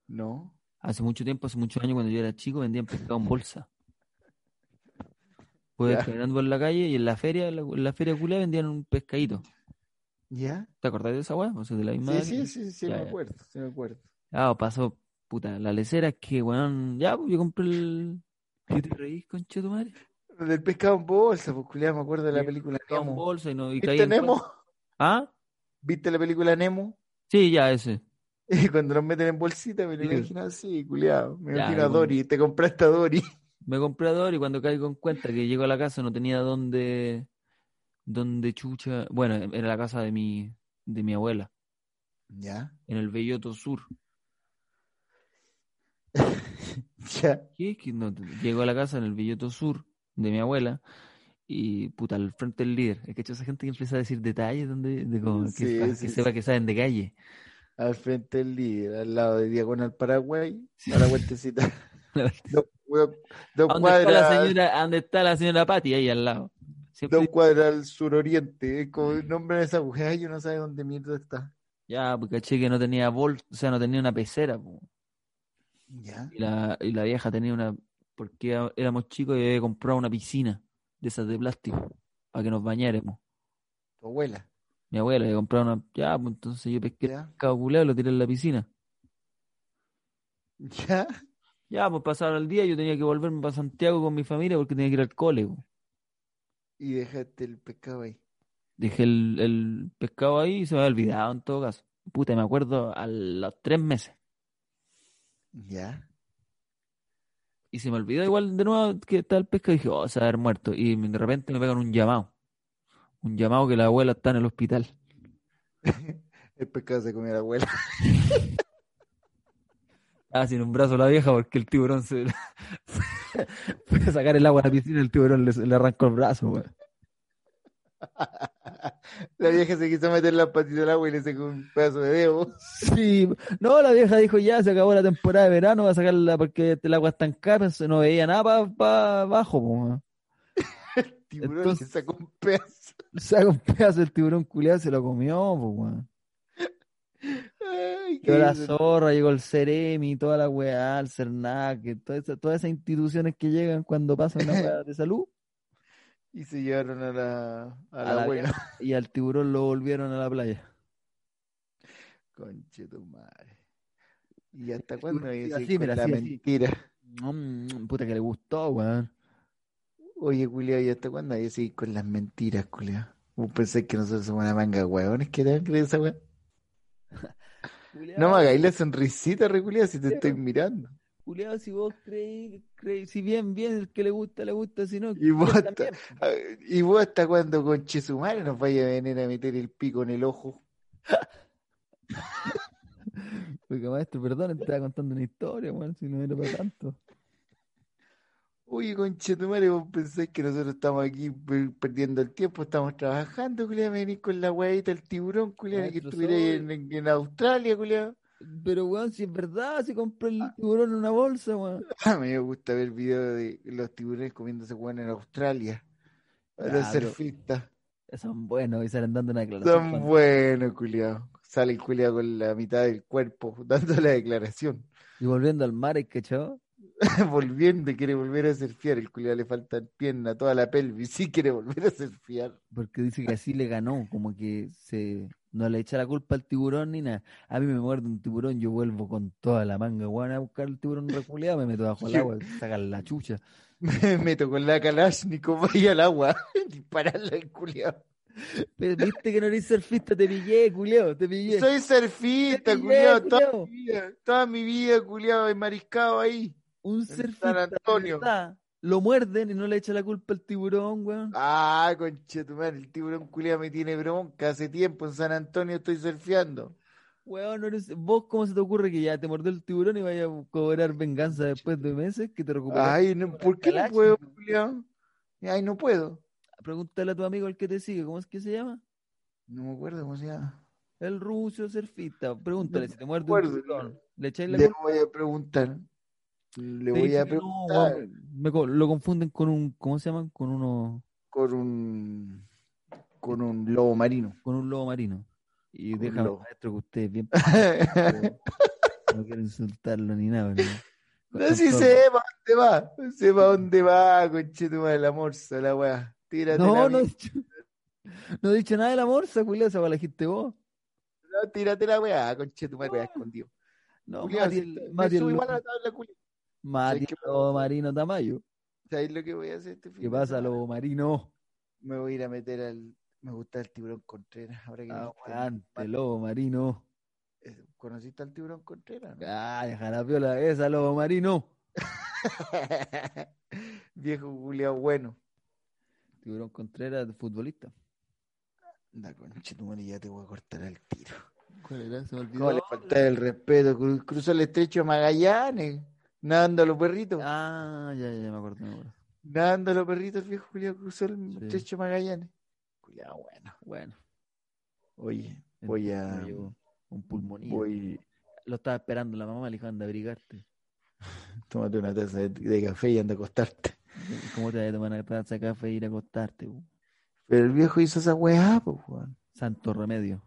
Speaker 1: No.
Speaker 2: Hace mucho tiempo, hace muchos años cuando yo era chico, vendían pescado en bolsa. Pues
Speaker 1: Ya.
Speaker 2: caminando en la calle y en la feria, en la, en la feria culia vendían un pescadito.
Speaker 1: ¿Ya?
Speaker 2: ¿Te acordás de esa weá? O sea, de la misma
Speaker 1: Sí,
Speaker 2: edad
Speaker 1: sí,
Speaker 2: que-
Speaker 1: sí, sí,
Speaker 2: eh, Ya,
Speaker 1: me
Speaker 2: ya.
Speaker 1: acuerdo, sí me acuerdo.
Speaker 2: Ah, pasó, puta, la lecera es que weón, ya, pues yo compré el. ¿Qué te reís, concha tu madre?
Speaker 1: Del pescado en bolsa, pues culiado, me acuerdo de la
Speaker 2: Sí,
Speaker 1: película
Speaker 2: Pescado en
Speaker 1: Nemo.
Speaker 2: bolsa y no, y caí
Speaker 1: ¿Viste
Speaker 2: en
Speaker 1: Nemo?
Speaker 2: cuenta. ¿Ah?
Speaker 1: ¿Viste la película Nemo?
Speaker 2: Sí, ya, ese.
Speaker 1: Y cuando los meten en bolsita, me lo
Speaker 2: Sí.
Speaker 1: imagino así, culiado. Me
Speaker 2: Ya,
Speaker 1: imagino a
Speaker 2: yo cuando-
Speaker 1: Dory, te compraste a Dory.
Speaker 2: Me compré a Dory y cuando caigo en cuenta que llego a la casa no tenía dónde, dónde chucha. Bueno, era la casa de mi, de mi abuela.
Speaker 1: Ya.
Speaker 2: en el Belloto Sur.
Speaker 1: Ya.
Speaker 2: ¿Qué es que no te- Llego a la casa en el Belloto Sur de mi abuela y puta, al frente del líder. Es que esa gente que empieza a decir detalles donde, de como,
Speaker 1: Sí,
Speaker 2: que, pa- que
Speaker 1: sí,
Speaker 2: sepa que saben de calle.
Speaker 1: Al frente del líder, al lado de Diagonal Paraguay, a la vueltecita. Dos, hue- dos
Speaker 2: ¿A dónde está la
Speaker 1: cuadras,
Speaker 2: señora, a dónde está la señora Patti? Ahí al lado. Siempre
Speaker 1: dos cuadras al suroriente. Es
Speaker 2: Mm.
Speaker 1: como el nombre de esa mujer, yo no sé dónde mierda está.
Speaker 2: ya, porque caché que no tenía bol, o sea, no tenía una pecera, pues. po.
Speaker 1: Ya.
Speaker 2: Y la, y la vieja tenía una, porque a- éramos chicos y había comprado una piscina de esas de plástico para que nos bañáramos.
Speaker 1: Tu abuela.
Speaker 2: Mi abuela había comprado una, ya, pues entonces yo pesqué el
Speaker 1: Ya.
Speaker 2: pescado culeado y lo tiré en la piscina.
Speaker 1: Ya.
Speaker 2: Ya, pues pasaron el día, yo tenía que volverme para Santiago con mi familia porque tenía que ir al cole. pues. po.
Speaker 1: Y dejaste el pescado ahí.
Speaker 2: Dejé el, el pescado ahí y se me había olvidado en todo caso. Puta, me acuerdo a los tres meses.
Speaker 1: Ya.
Speaker 2: Y se me olvidó igual de nuevo que estaba el pescado y dije, oh, se va a haber muerto. Y de repente me pegan un llamado. Un llamado que la abuela está en el hospital.
Speaker 1: El pescado se comió a la abuela.
Speaker 2: Ah, sin un brazo la vieja porque el tiburón se... Fue a sacar el agua a la piscina y el tiburón le, le arrancó el brazo, weón.
Speaker 1: La vieja se quiso meter la patita al agua y le sacó un pedazo de dedo.
Speaker 2: Sí, no, la vieja dijo ya, se acabó la temporada de verano, va a sacarla porque el agua es tan cara, se- no veía nada para abajo, po, weón.
Speaker 1: El tiburón
Speaker 2: Entonces-
Speaker 1: le sacó un pedazo.
Speaker 2: Saca un pedazo del tiburón culiado, se lo comió, po, weón.
Speaker 1: Ay, qué
Speaker 2: Llegó la
Speaker 1: hizo.
Speaker 2: zorra, llegó el Ceremi, toda la weá, el Cernac, que toda esa- todas esas instituciones que llegan cuando pasa una weá de salud.
Speaker 1: Y se llevaron a la, a la
Speaker 2: la
Speaker 1: abuela.
Speaker 2: vieja Y al tiburón lo volvieron a la playa.
Speaker 1: Conche tu madre. ¿Y hasta
Speaker 2: El
Speaker 1: cuándo
Speaker 2: tiburón
Speaker 1: hay que
Speaker 2: queda
Speaker 1: seguir
Speaker 2: así,
Speaker 1: con
Speaker 2: mira,
Speaker 1: la
Speaker 2: así, así.
Speaker 1: mentira?
Speaker 2: Mm, puta que le gustó, weón.
Speaker 1: Oye, culiao, ¿y hasta cuándo hay que seguir con las mentiras, culiao? Vos pensás que nosotros somos una manga de huevones que te creer esa weá. No me hagáis la sonrisita, re culiao, si te estoy mirando.
Speaker 2: Culeado, si vos creí, creí, si bien, bien, el que le gusta, le gusta, si no,
Speaker 1: Y vos
Speaker 2: bien
Speaker 1: hasta-
Speaker 2: también.
Speaker 1: Ah, ¿Y vos hasta cuándo, conche su madre, nos vaya a venir a meter el pico en el ojo?
Speaker 2: Porque maestro, perdón, te estaba contando una historia, weón, si no era para tanto.
Speaker 1: Oye, conche tu madre, vos pensás que nosotros estamos aquí per- perdiendo el tiempo, estamos trabajando, culiao, venir con la huevita el tiburón, culiao, de que
Speaker 2: Maestro,
Speaker 1: estuviera
Speaker 2: soy-
Speaker 1: en, en- en Australia, culiao.
Speaker 2: Pero weón, si es verdad, si compró el tiburón en una bolsa, weón.
Speaker 1: A mí me gusta ver videos de los tiburones comiéndose hueón en Australia. A
Speaker 2: Ya,
Speaker 1: los
Speaker 2: pero-
Speaker 1: surfistas.
Speaker 2: Son buenos y salen dando una declaración.
Speaker 1: Son
Speaker 2: cuando-
Speaker 1: buenos, culiao. Sale el culiao con la mitad del cuerpo, dando la declaración.
Speaker 2: Y volviendo al mar, ¿cachó?
Speaker 1: Volviendo, quiere volver a surfear. El culiao le faltan piernas, toda la pelvis. Sí, quiere volver a surfear.
Speaker 2: Porque dice que así le ganó, como que se no le echa la culpa al tiburón ni nada. A mí me muerde un tiburón, yo vuelvo con toda la manga, weón, a buscar el tiburón reculeado, me meto bajo el
Speaker 1: Yo-
Speaker 2: agua, sacar la chucha.
Speaker 1: Me meto con la Kalashnikov ahí al agua. Dispararle al culiao.
Speaker 2: Pero viste que no eres surfista, te pillé, culeo, te pillé.
Speaker 1: Soy
Speaker 2: Te
Speaker 1: surfista,
Speaker 2: pillé,
Speaker 1: culiao. Toda
Speaker 2: culiao.
Speaker 1: mi vida, toda mi vida, culiao, he mariscado ahí.
Speaker 2: Un
Speaker 1: San
Speaker 2: surfista de
Speaker 1: Antonio.
Speaker 2: verdad, lo muerden y no le echa la culpa al tiburón, weón.
Speaker 1: Ah, conchetumare, el tiburón culiao me tiene bronca. Hace tiempo en San Antonio estoy surfeando.
Speaker 2: Weón, no eres- vos cómo se te ocurre que ya te mordió el tiburón y vaya a cobrar venganza después de meses que te recuperas.
Speaker 1: Ay, no, ¿por qué no
Speaker 2: Calachi,
Speaker 1: puedo,
Speaker 2: ¿no?
Speaker 1: culiao? Ay, no puedo.
Speaker 2: Pregúntale a tu amigo el que te sigue, ¿cómo es que se llama?
Speaker 1: No me acuerdo cómo se llama.
Speaker 2: El ruso surfista. Pregúntale
Speaker 1: No
Speaker 2: si te muerde un
Speaker 1: acuerdo,
Speaker 2: tiburón. ¿Le echáis la
Speaker 1: Le
Speaker 2: culpa?
Speaker 1: voy a preguntar. Le
Speaker 2: Te
Speaker 1: voy
Speaker 2: dice
Speaker 1: a
Speaker 2: que no,
Speaker 1: preguntar
Speaker 2: weón, me co- lo confunden con un, ¿cómo se llaman? Con uno,
Speaker 1: con un con un lobo marino.
Speaker 2: con un lobo marino. Y
Speaker 1: Con un
Speaker 2: déjame,
Speaker 1: lobo.
Speaker 2: maestro, que ustedes bien No quiero insultarlo ni nada, pero-
Speaker 1: No si
Speaker 2: Con-
Speaker 1: se va dónde va. Se va dónde va, conchetumare, la morsa, la weá. Tírate la
Speaker 2: No, no
Speaker 1: mierda,
Speaker 2: he dicho, no he dicho nada de la morsa, culiao, esa la dijiste vos.
Speaker 1: tírate la weá, conchetumare, weá, escondido.
Speaker 2: No,
Speaker 1: Culiao,
Speaker 2: Mati
Speaker 1: si
Speaker 2: el-
Speaker 1: está- me
Speaker 2: Mati el
Speaker 1: subo
Speaker 2: lobo-
Speaker 1: igual a la tabla, culiao.
Speaker 2: Mati
Speaker 1: ¿Sabes qué
Speaker 2: el lobo marino Tamayo.
Speaker 1: ¿Sabéis lo que voy a hacer este fin
Speaker 2: ¿Qué
Speaker 1: de
Speaker 2: pasa,
Speaker 1: semana?
Speaker 2: lobo marino?
Speaker 1: Me voy a ir a meter al. Me gusta el tiburón Contreras. Ahora que dijiste,
Speaker 2: Ah, Aguante, lobo marino.
Speaker 1: eh, ¿Conociste al tiburón Contreras? no?
Speaker 2: Ah, deja la piola esa, lobo marino.
Speaker 1: Viejo Julián bueno.
Speaker 2: Tiburón Contreras, futbolista.
Speaker 1: Da concha, tu madre, ya te voy a cortar al tiro.
Speaker 2: ¿Cuál era? Se me olvidó.
Speaker 1: ¿Cómo le faltaba el respeto? Cru- Cruzó el estrecho de Magallanes, nadando a los perritos.
Speaker 2: Ah, ya, ya, ya me acuerdo, me acuerdo.
Speaker 1: Nadando a los perritos, el viejo Julián cruzó el
Speaker 2: Sí.
Speaker 1: estrecho de Magallanes. Cuidado, bueno.
Speaker 2: Bueno.
Speaker 1: Oye, voy
Speaker 2: entonces
Speaker 1: a.
Speaker 2: me llegó Un pulmonía.
Speaker 1: Voy.
Speaker 2: Lo estaba esperando la mamá, le dijo, anda a abrigarte.
Speaker 1: Tómate una taza de, de café y anda a acostarte.
Speaker 2: ¿Cómo te vas a tomar una taza de café e ir a acostarte? po?
Speaker 1: Pero el viejo hizo esa weá, pues, weón.
Speaker 2: Santo remedio.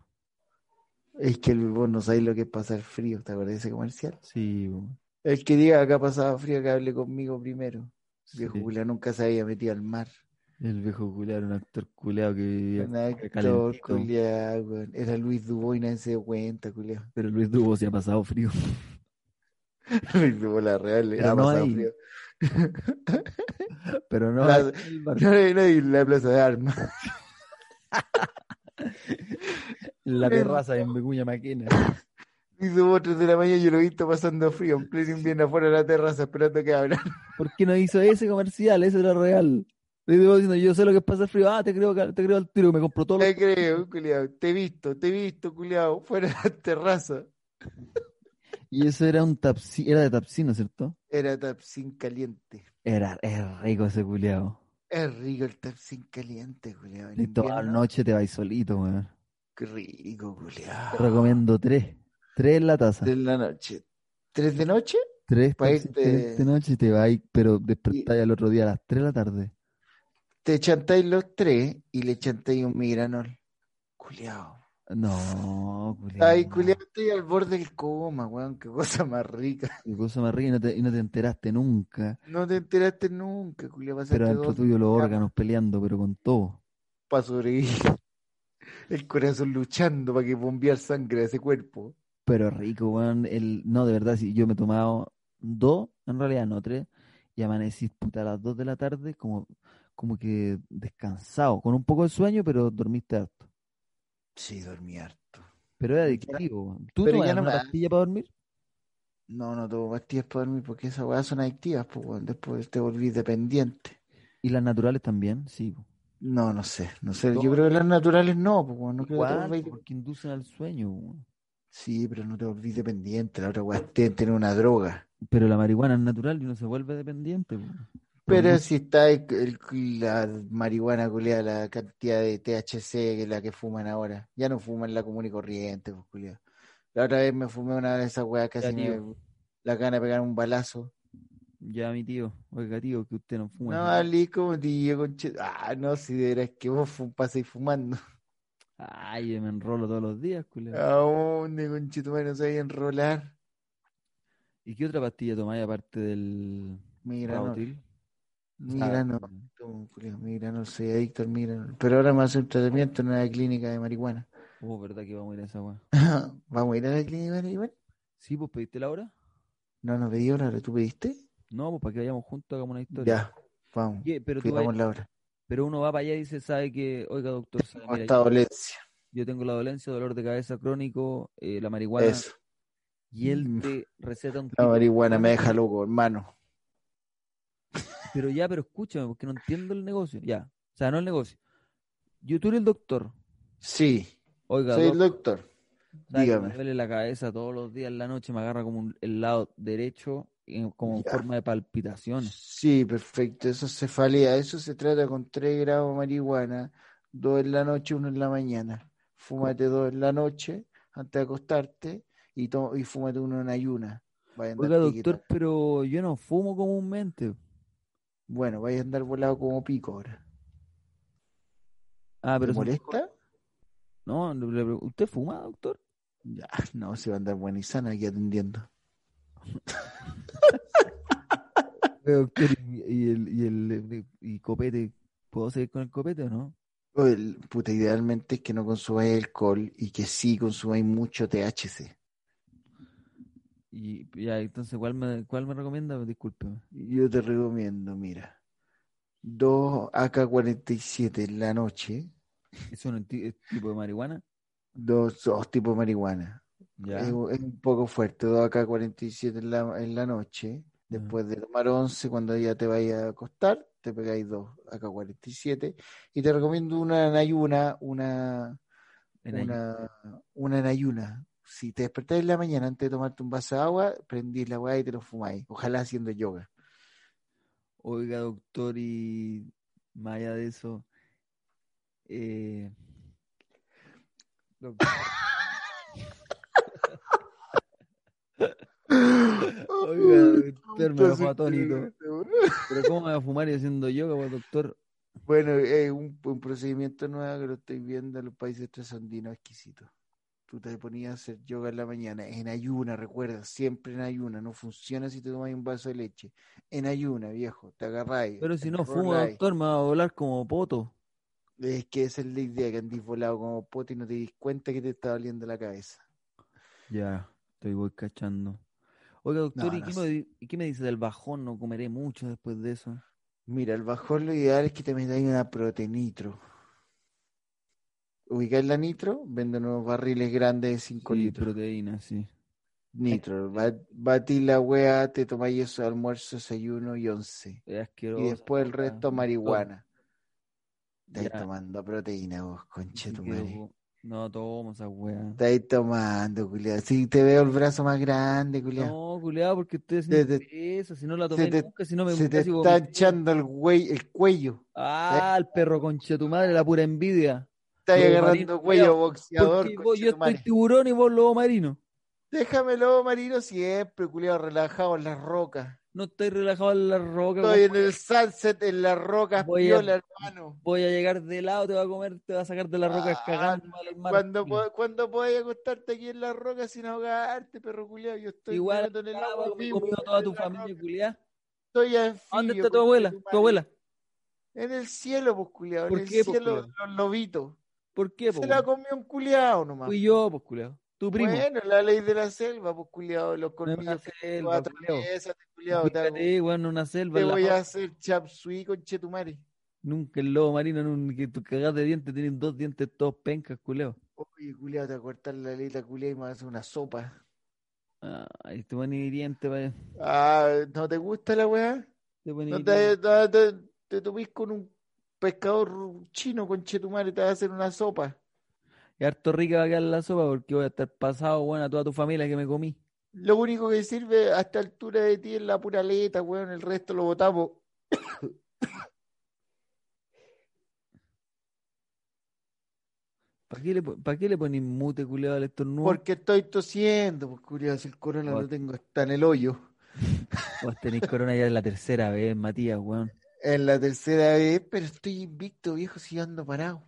Speaker 1: Es que el, vos no sabés lo que es pasar frío, ¿te acordás de ese comercial?
Speaker 2: Sí, po.
Speaker 1: El que diga acá pasaba frío, que hable conmigo primero. El viejo
Speaker 2: Sí.
Speaker 1: Julián nunca se había metido al mar.
Speaker 2: El viejo culeado, un actor culeado que vivía
Speaker 1: Un actor,
Speaker 2: calentito.
Speaker 1: culiao, weón. Era Luis Dubois, nadie se dio cuenta, culiao.
Speaker 2: Pero Luis Dubo se ha pasado frío.
Speaker 1: Luis Dubois, la real, le
Speaker 2: Pero
Speaker 1: ha
Speaker 2: no
Speaker 1: pasado
Speaker 2: hay-
Speaker 1: frío.
Speaker 2: Pero no.
Speaker 1: Plaza-
Speaker 2: el bar-
Speaker 1: No hay nadie en la plaza de armas.
Speaker 2: la
Speaker 1: Luis
Speaker 2: terraza en Beguña Maquena.
Speaker 1: Luis Dubois, 3 de la mañana, yo lo he visto pasando frío, en pleno invierno afuera de la terraza, esperando que abran.
Speaker 2: ¿Por qué no hizo ese comercial? Ese era real. Luis Dubo diciendo, yo sé lo que es pasar frío. Ah, te creo, car- te creo al tiro que me compró todo. lo-
Speaker 1: Te creo, culiao. Te he visto, te he visto, culiao, fuera de la terraza.
Speaker 2: Y eso era un tapsi, era de tapsino, ¿cierto?
Speaker 1: Era tapsin caliente.
Speaker 2: Era, es rico ese culeado.
Speaker 1: Es rico el tapsin caliente, culiao. en
Speaker 2: Y toda la
Speaker 1: invierno.
Speaker 2: noche te vais solito, weón.
Speaker 1: Qué rico, culiao.
Speaker 2: Te recomiendo tres. Tres en la taza.
Speaker 1: De la noche. ¿Tres de noche?
Speaker 2: Tres
Speaker 1: pa'
Speaker 2: taxis,
Speaker 1: irte-
Speaker 2: tres de noche y te vais, pero despertáis al otro día a las tres de la tarde.
Speaker 1: Te chantáis los tres y le chantáis un migranol. Culiao.
Speaker 2: No, culiao.
Speaker 1: Ay, culiao, estoy al borde del coma, weón. Qué cosa más rica.
Speaker 2: Qué cosa más rica y no te, y no te enteraste nunca.
Speaker 1: No te enteraste nunca, culiao. Pasaste
Speaker 2: Pero dentro
Speaker 1: dos pues.
Speaker 2: tuyo los
Speaker 1: camas
Speaker 2: órganos peleando, pero con todo.
Speaker 1: para sobrevivir. El corazón luchando para que bombear sangre a ese cuerpo.
Speaker 2: Pero rico, weón. El, no, de verdad, si yo me he tomado dos, en realidad no tres, y amanecí puta, a las dos de la tarde como, como que descansado, con un poco de sueño, pero dormiste harto.
Speaker 1: Sí, dormí harto.
Speaker 2: Pero era
Speaker 1: Ya-
Speaker 2: adictivo. weón. ¿Tú
Speaker 1: pero
Speaker 2: tomas
Speaker 1: ya no
Speaker 2: una
Speaker 1: me-
Speaker 2: pastilla para dormir?
Speaker 1: No, no tomo pastillas para dormir porque esas weas son adictivas, pues, weón. Después te volví dependiente.
Speaker 2: Y las naturales también, sí. po.
Speaker 1: No, no sé, no sé. Yo
Speaker 2: Toma.
Speaker 1: creo que las naturales no, pues, weón. No creo que te
Speaker 2: Igual,
Speaker 1: volváis
Speaker 2: po, porque inducen al sueño. po.
Speaker 1: Sí, pero no te volvís dependiente. La otra weá es te- tener una droga.
Speaker 2: Pero la marihuana es natural y uno se vuelve dependiente. po. Por
Speaker 1: Pero
Speaker 2: mucho-
Speaker 1: si está el- el- la marihuana culiada, la cantidad de THC que la que fuman ahora. Ya no fuman la común y corriente, pues, culiao. La otra vez me fumé una de esas weas casi
Speaker 2: Ya, tío.
Speaker 1: me la gana de pegar un balazo.
Speaker 2: Ya, mi tío, oiga, tío, que usted no fuma.
Speaker 1: No, hablé como Diego, conche- Ah, no, si de veras que vos fu- pasáis fumando.
Speaker 2: Ay, yo me enrolo todos los días,
Speaker 1: Ah.
Speaker 2: culero.
Speaker 1: Aún, de conchetumare no sabía enrolar.
Speaker 2: ¿Y qué otra pastilla tomáis aparte del
Speaker 1: Mira, no,
Speaker 2: Rautil? Ah, O sea,
Speaker 1: mira, no. Tomo, culiao, migranol, soy adicto al migranol. Pero ahora me hace un tratamiento en una clínica de marihuana.
Speaker 2: Oh, verdad que vamos a ir a esa weá.
Speaker 1: ¿Vamos a ir a la clínica de marihuana?
Speaker 2: ¿Sí, pues pediste la hora?
Speaker 1: No nos pedí la hora, ¿tú pediste?
Speaker 2: No, pues para que vayamos juntos, hagamos una historia.
Speaker 1: Ya, vamos.
Speaker 2: Oye, pero, tú
Speaker 1: Cuidamos
Speaker 2: vas-
Speaker 1: la hora.
Speaker 2: pero uno va para allá y dice, sabe que, oiga, doctor, sabe, Ah, mira,
Speaker 1: Hasta dolencia.
Speaker 2: yo tengo la dolencia, dolor de cabeza crónico, eh, la marihuana,
Speaker 1: Eso.
Speaker 2: y él
Speaker 1: Mm.
Speaker 2: te receta un
Speaker 1: La
Speaker 2: tipo de
Speaker 1: marihuana me
Speaker 2: medicamento.
Speaker 1: deja loco, hermano.
Speaker 2: Pero ya, pero escúchame, porque no entiendo el negocio. Ya, o sea, no el negocio. Yo, tú eres el doctor.
Speaker 1: Sí,
Speaker 2: Oiga,
Speaker 1: soy el
Speaker 2: doc,
Speaker 1: doctor.
Speaker 2: ¿sabe que me
Speaker 1: Dígame.
Speaker 2: duele la cabeza todos los días en la noche, me agarra como un- el lado derecho, en- como en
Speaker 1: Ya.
Speaker 2: forma de palpitaciones.
Speaker 1: Sí, perfecto. Eso es cefalea. Eso se trata con 3 gramos de marihuana. Dos en la noche, uno en la mañana. Fúmate dos en la noche antes de acostarte y, to- y fúmate uno en ayuna. Vaya a andar
Speaker 2: Oiga,
Speaker 1: tiquita.
Speaker 2: doctor, pero yo no fumo comúnmente.
Speaker 1: Bueno, vaya a andar volado como pico ahora.
Speaker 2: Ah,
Speaker 1: ¿Te
Speaker 2: pero son-
Speaker 1: molesta?
Speaker 2: no, le- le- ¿usted fuma, doctor?
Speaker 1: Ya, no, se va a andar buena y sana aquí atendiendo.
Speaker 2: doctor, y, y el, y el- eh, y copete, ¿puedo seguir con el copete o no?
Speaker 1: O el- puta, idealmente es que no consumáis alcohol y que sí consumáis mucho THC.
Speaker 2: Y ya, entonces, ¿cuál me, cuál me recomienda? Discúlpeme.
Speaker 1: Yo te recomiendo, mira, dos AK-47 en la noche,
Speaker 2: ¿Eso no es ti- es tipo de marihuana?
Speaker 1: dos, dos tipos de marihuana.
Speaker 2: Ya.
Speaker 1: Es, un- es un poco fuerte, dos AK-47 en la, en la noche. Después de tomar 11, cuando ya te vayas a acostar, te pegáis dos AK-47. Y te recomiendo una en ayuna, una,
Speaker 2: En
Speaker 1: una, una en ayuna, si te despertás en la mañana antes de tomarte un vaso de agua, prendís la weá y te lo fumáis. Ojalá haciendo yoga.
Speaker 2: Oiga, doctor, y más allá de eso, eh, doctor, Oiga, doctor, me dejó
Speaker 1: eh,
Speaker 2: atónito. ¿Pero cómo me va a fumar y haciendo yoga, pues, doctor?
Speaker 1: Bueno, es un, un procedimiento nuevo que lo estoy viendo en los países trasandinos exquisito. Tú te ponías a hacer yoga en la mañana, en ayuna, recuerda, siempre en ayuna. No funciona si te tomas un vaso de leche. En ayuna, viejo, te agarráis.
Speaker 2: Pero si
Speaker 1: te
Speaker 2: no fumo,
Speaker 1: enroláis.
Speaker 2: doctor, me va a volar como poto.
Speaker 1: Es que esa es la idea, que andís volado como pote y no te dis cuenta que te está doliendo la cabeza.
Speaker 2: Ya, estoy voy cachando. Oiga, doctor,
Speaker 1: No,
Speaker 2: ¿y
Speaker 1: no
Speaker 2: qué,
Speaker 1: sé.
Speaker 2: me, di- y qué me dice del bajón? ¿No comeré mucho después de eso?
Speaker 1: Mira, el bajón lo ideal es que te metáis una protenitro. Ubicáis la nitro, venden unos barriles grandes de 5
Speaker 2: Sí,
Speaker 1: litros.
Speaker 2: proteína, sí.
Speaker 1: Nitro, ba- batí la wea, te tomáis eso de almuerzo, desayuno y once.
Speaker 2: Es asqueroso.
Speaker 1: Y después el resto marihuana. Estáis
Speaker 2: Ya.
Speaker 1: tomando proteína vos, conche
Speaker 2: Así
Speaker 1: tu
Speaker 2: que,
Speaker 1: madre.
Speaker 2: po- No tomo esa weá.
Speaker 1: Estáis tomando, culiado. Sí, te veo el brazo más grande, culiado.
Speaker 2: No, culiado, porque estoy
Speaker 1: Se
Speaker 2: haciendo
Speaker 1: te,
Speaker 2: eso. Si no la
Speaker 1: se
Speaker 2: tomé
Speaker 1: te-
Speaker 2: nunca, si no me
Speaker 1: se te
Speaker 2: casi
Speaker 1: está
Speaker 2: vomité.
Speaker 1: hinchando el, güey, el cuello.
Speaker 2: Ah, el perro concha de tu madre, la pura envidia.
Speaker 1: Estáis
Speaker 2: Lobo
Speaker 1: agarrando
Speaker 2: marino,
Speaker 1: cuello
Speaker 2: culiao.
Speaker 1: boxeador,
Speaker 2: Porque vos- yo
Speaker 1: conche tu
Speaker 2: estoy
Speaker 1: madre.
Speaker 2: tiburón y vos lobo marino.
Speaker 1: Déjamelo, marino, siempre, culiado, relajado en las rocas.
Speaker 2: No estoy relajado en la roca.
Speaker 1: Estoy en
Speaker 2: compadre.
Speaker 1: el sunset, en las rocas,
Speaker 2: Voy a-
Speaker 1: piola, hermano.
Speaker 2: Voy a llegar de lado, te va a comer, te va a sacar de la roca
Speaker 1: Ah,
Speaker 2: cagando mal al mar.
Speaker 1: Cuando,
Speaker 2: culiao.
Speaker 1: po- cuando podáis acostarte aquí en la roca sin ahogarte, perro culiao, yo estoy me
Speaker 2: Igual
Speaker 1: meto en el
Speaker 2: ah,
Speaker 1: agua
Speaker 2: me he
Speaker 1: vivo,
Speaker 2: comido toda
Speaker 1: en
Speaker 2: tu
Speaker 1: la
Speaker 2: familia,
Speaker 1: roca.
Speaker 2: culiá.
Speaker 1: Estoy
Speaker 2: ¿A ¿Dónde
Speaker 1: anfibio,
Speaker 2: está tu
Speaker 1: conche
Speaker 2: abuela?
Speaker 1: tu
Speaker 2: ¿Tu
Speaker 1: madre.
Speaker 2: abuela?
Speaker 1: En el cielo, pues culiao, en
Speaker 2: ¿Por
Speaker 1: el
Speaker 2: qué, pues,
Speaker 1: cielo de
Speaker 2: culiao?
Speaker 1: los lobitos.
Speaker 2: ¿Por qué, po,
Speaker 1: Se la
Speaker 2: weón?
Speaker 1: comió un culiao nomás.
Speaker 2: Fui
Speaker 1: po.
Speaker 2: yo, pues, culiao. Tu primo.
Speaker 1: Bueno, la ley de la selva, pues culiao, los
Speaker 2: No es una
Speaker 1: colmillos que tengo
Speaker 2: selva, culiao.
Speaker 1: culiao, te hago-
Speaker 2: Fíjate, weón, una selva
Speaker 1: te
Speaker 2: en la
Speaker 1: voy a
Speaker 2: roca.
Speaker 1: hacer chapsui, conche tu madre.
Speaker 2: Nunca el lobo marino, en un- que tu cagás de dientes, tienen dos dientes todos pencas, culiao.
Speaker 1: Oye, culiao, te voy a cortar la aleta, culiao, y me vas a hacer una sopa.
Speaker 2: Ay, te pones diente, vaya.
Speaker 1: Ah, ¿no te gusta la weá?
Speaker 2: Te
Speaker 1: No
Speaker 2: pones
Speaker 1: te,
Speaker 2: diente.
Speaker 1: no te, te topís con un pescador chino, conchetumare, te va a hacer una sopa.
Speaker 2: Y harto rica va a quedar la sopa porque voy a estar pasado, weón, a toda tu familia que me comí.
Speaker 1: Lo único que sirve a esta altura de ti es la pura aleta, weón, el resto lo botamos.
Speaker 2: ¿Para qué le, po- pa' qué le pones mute, culiao, al estornudo?
Speaker 1: Porque estoy tosiendo, pues curioso, el corona
Speaker 2: Vos-
Speaker 1: lo tengo, está en el hoyo.
Speaker 2: Vos tenés corona ya es la tercera vez, Matías, weón.
Speaker 1: En la tercera vez, pero estoy invicto, viejo, si ando parado.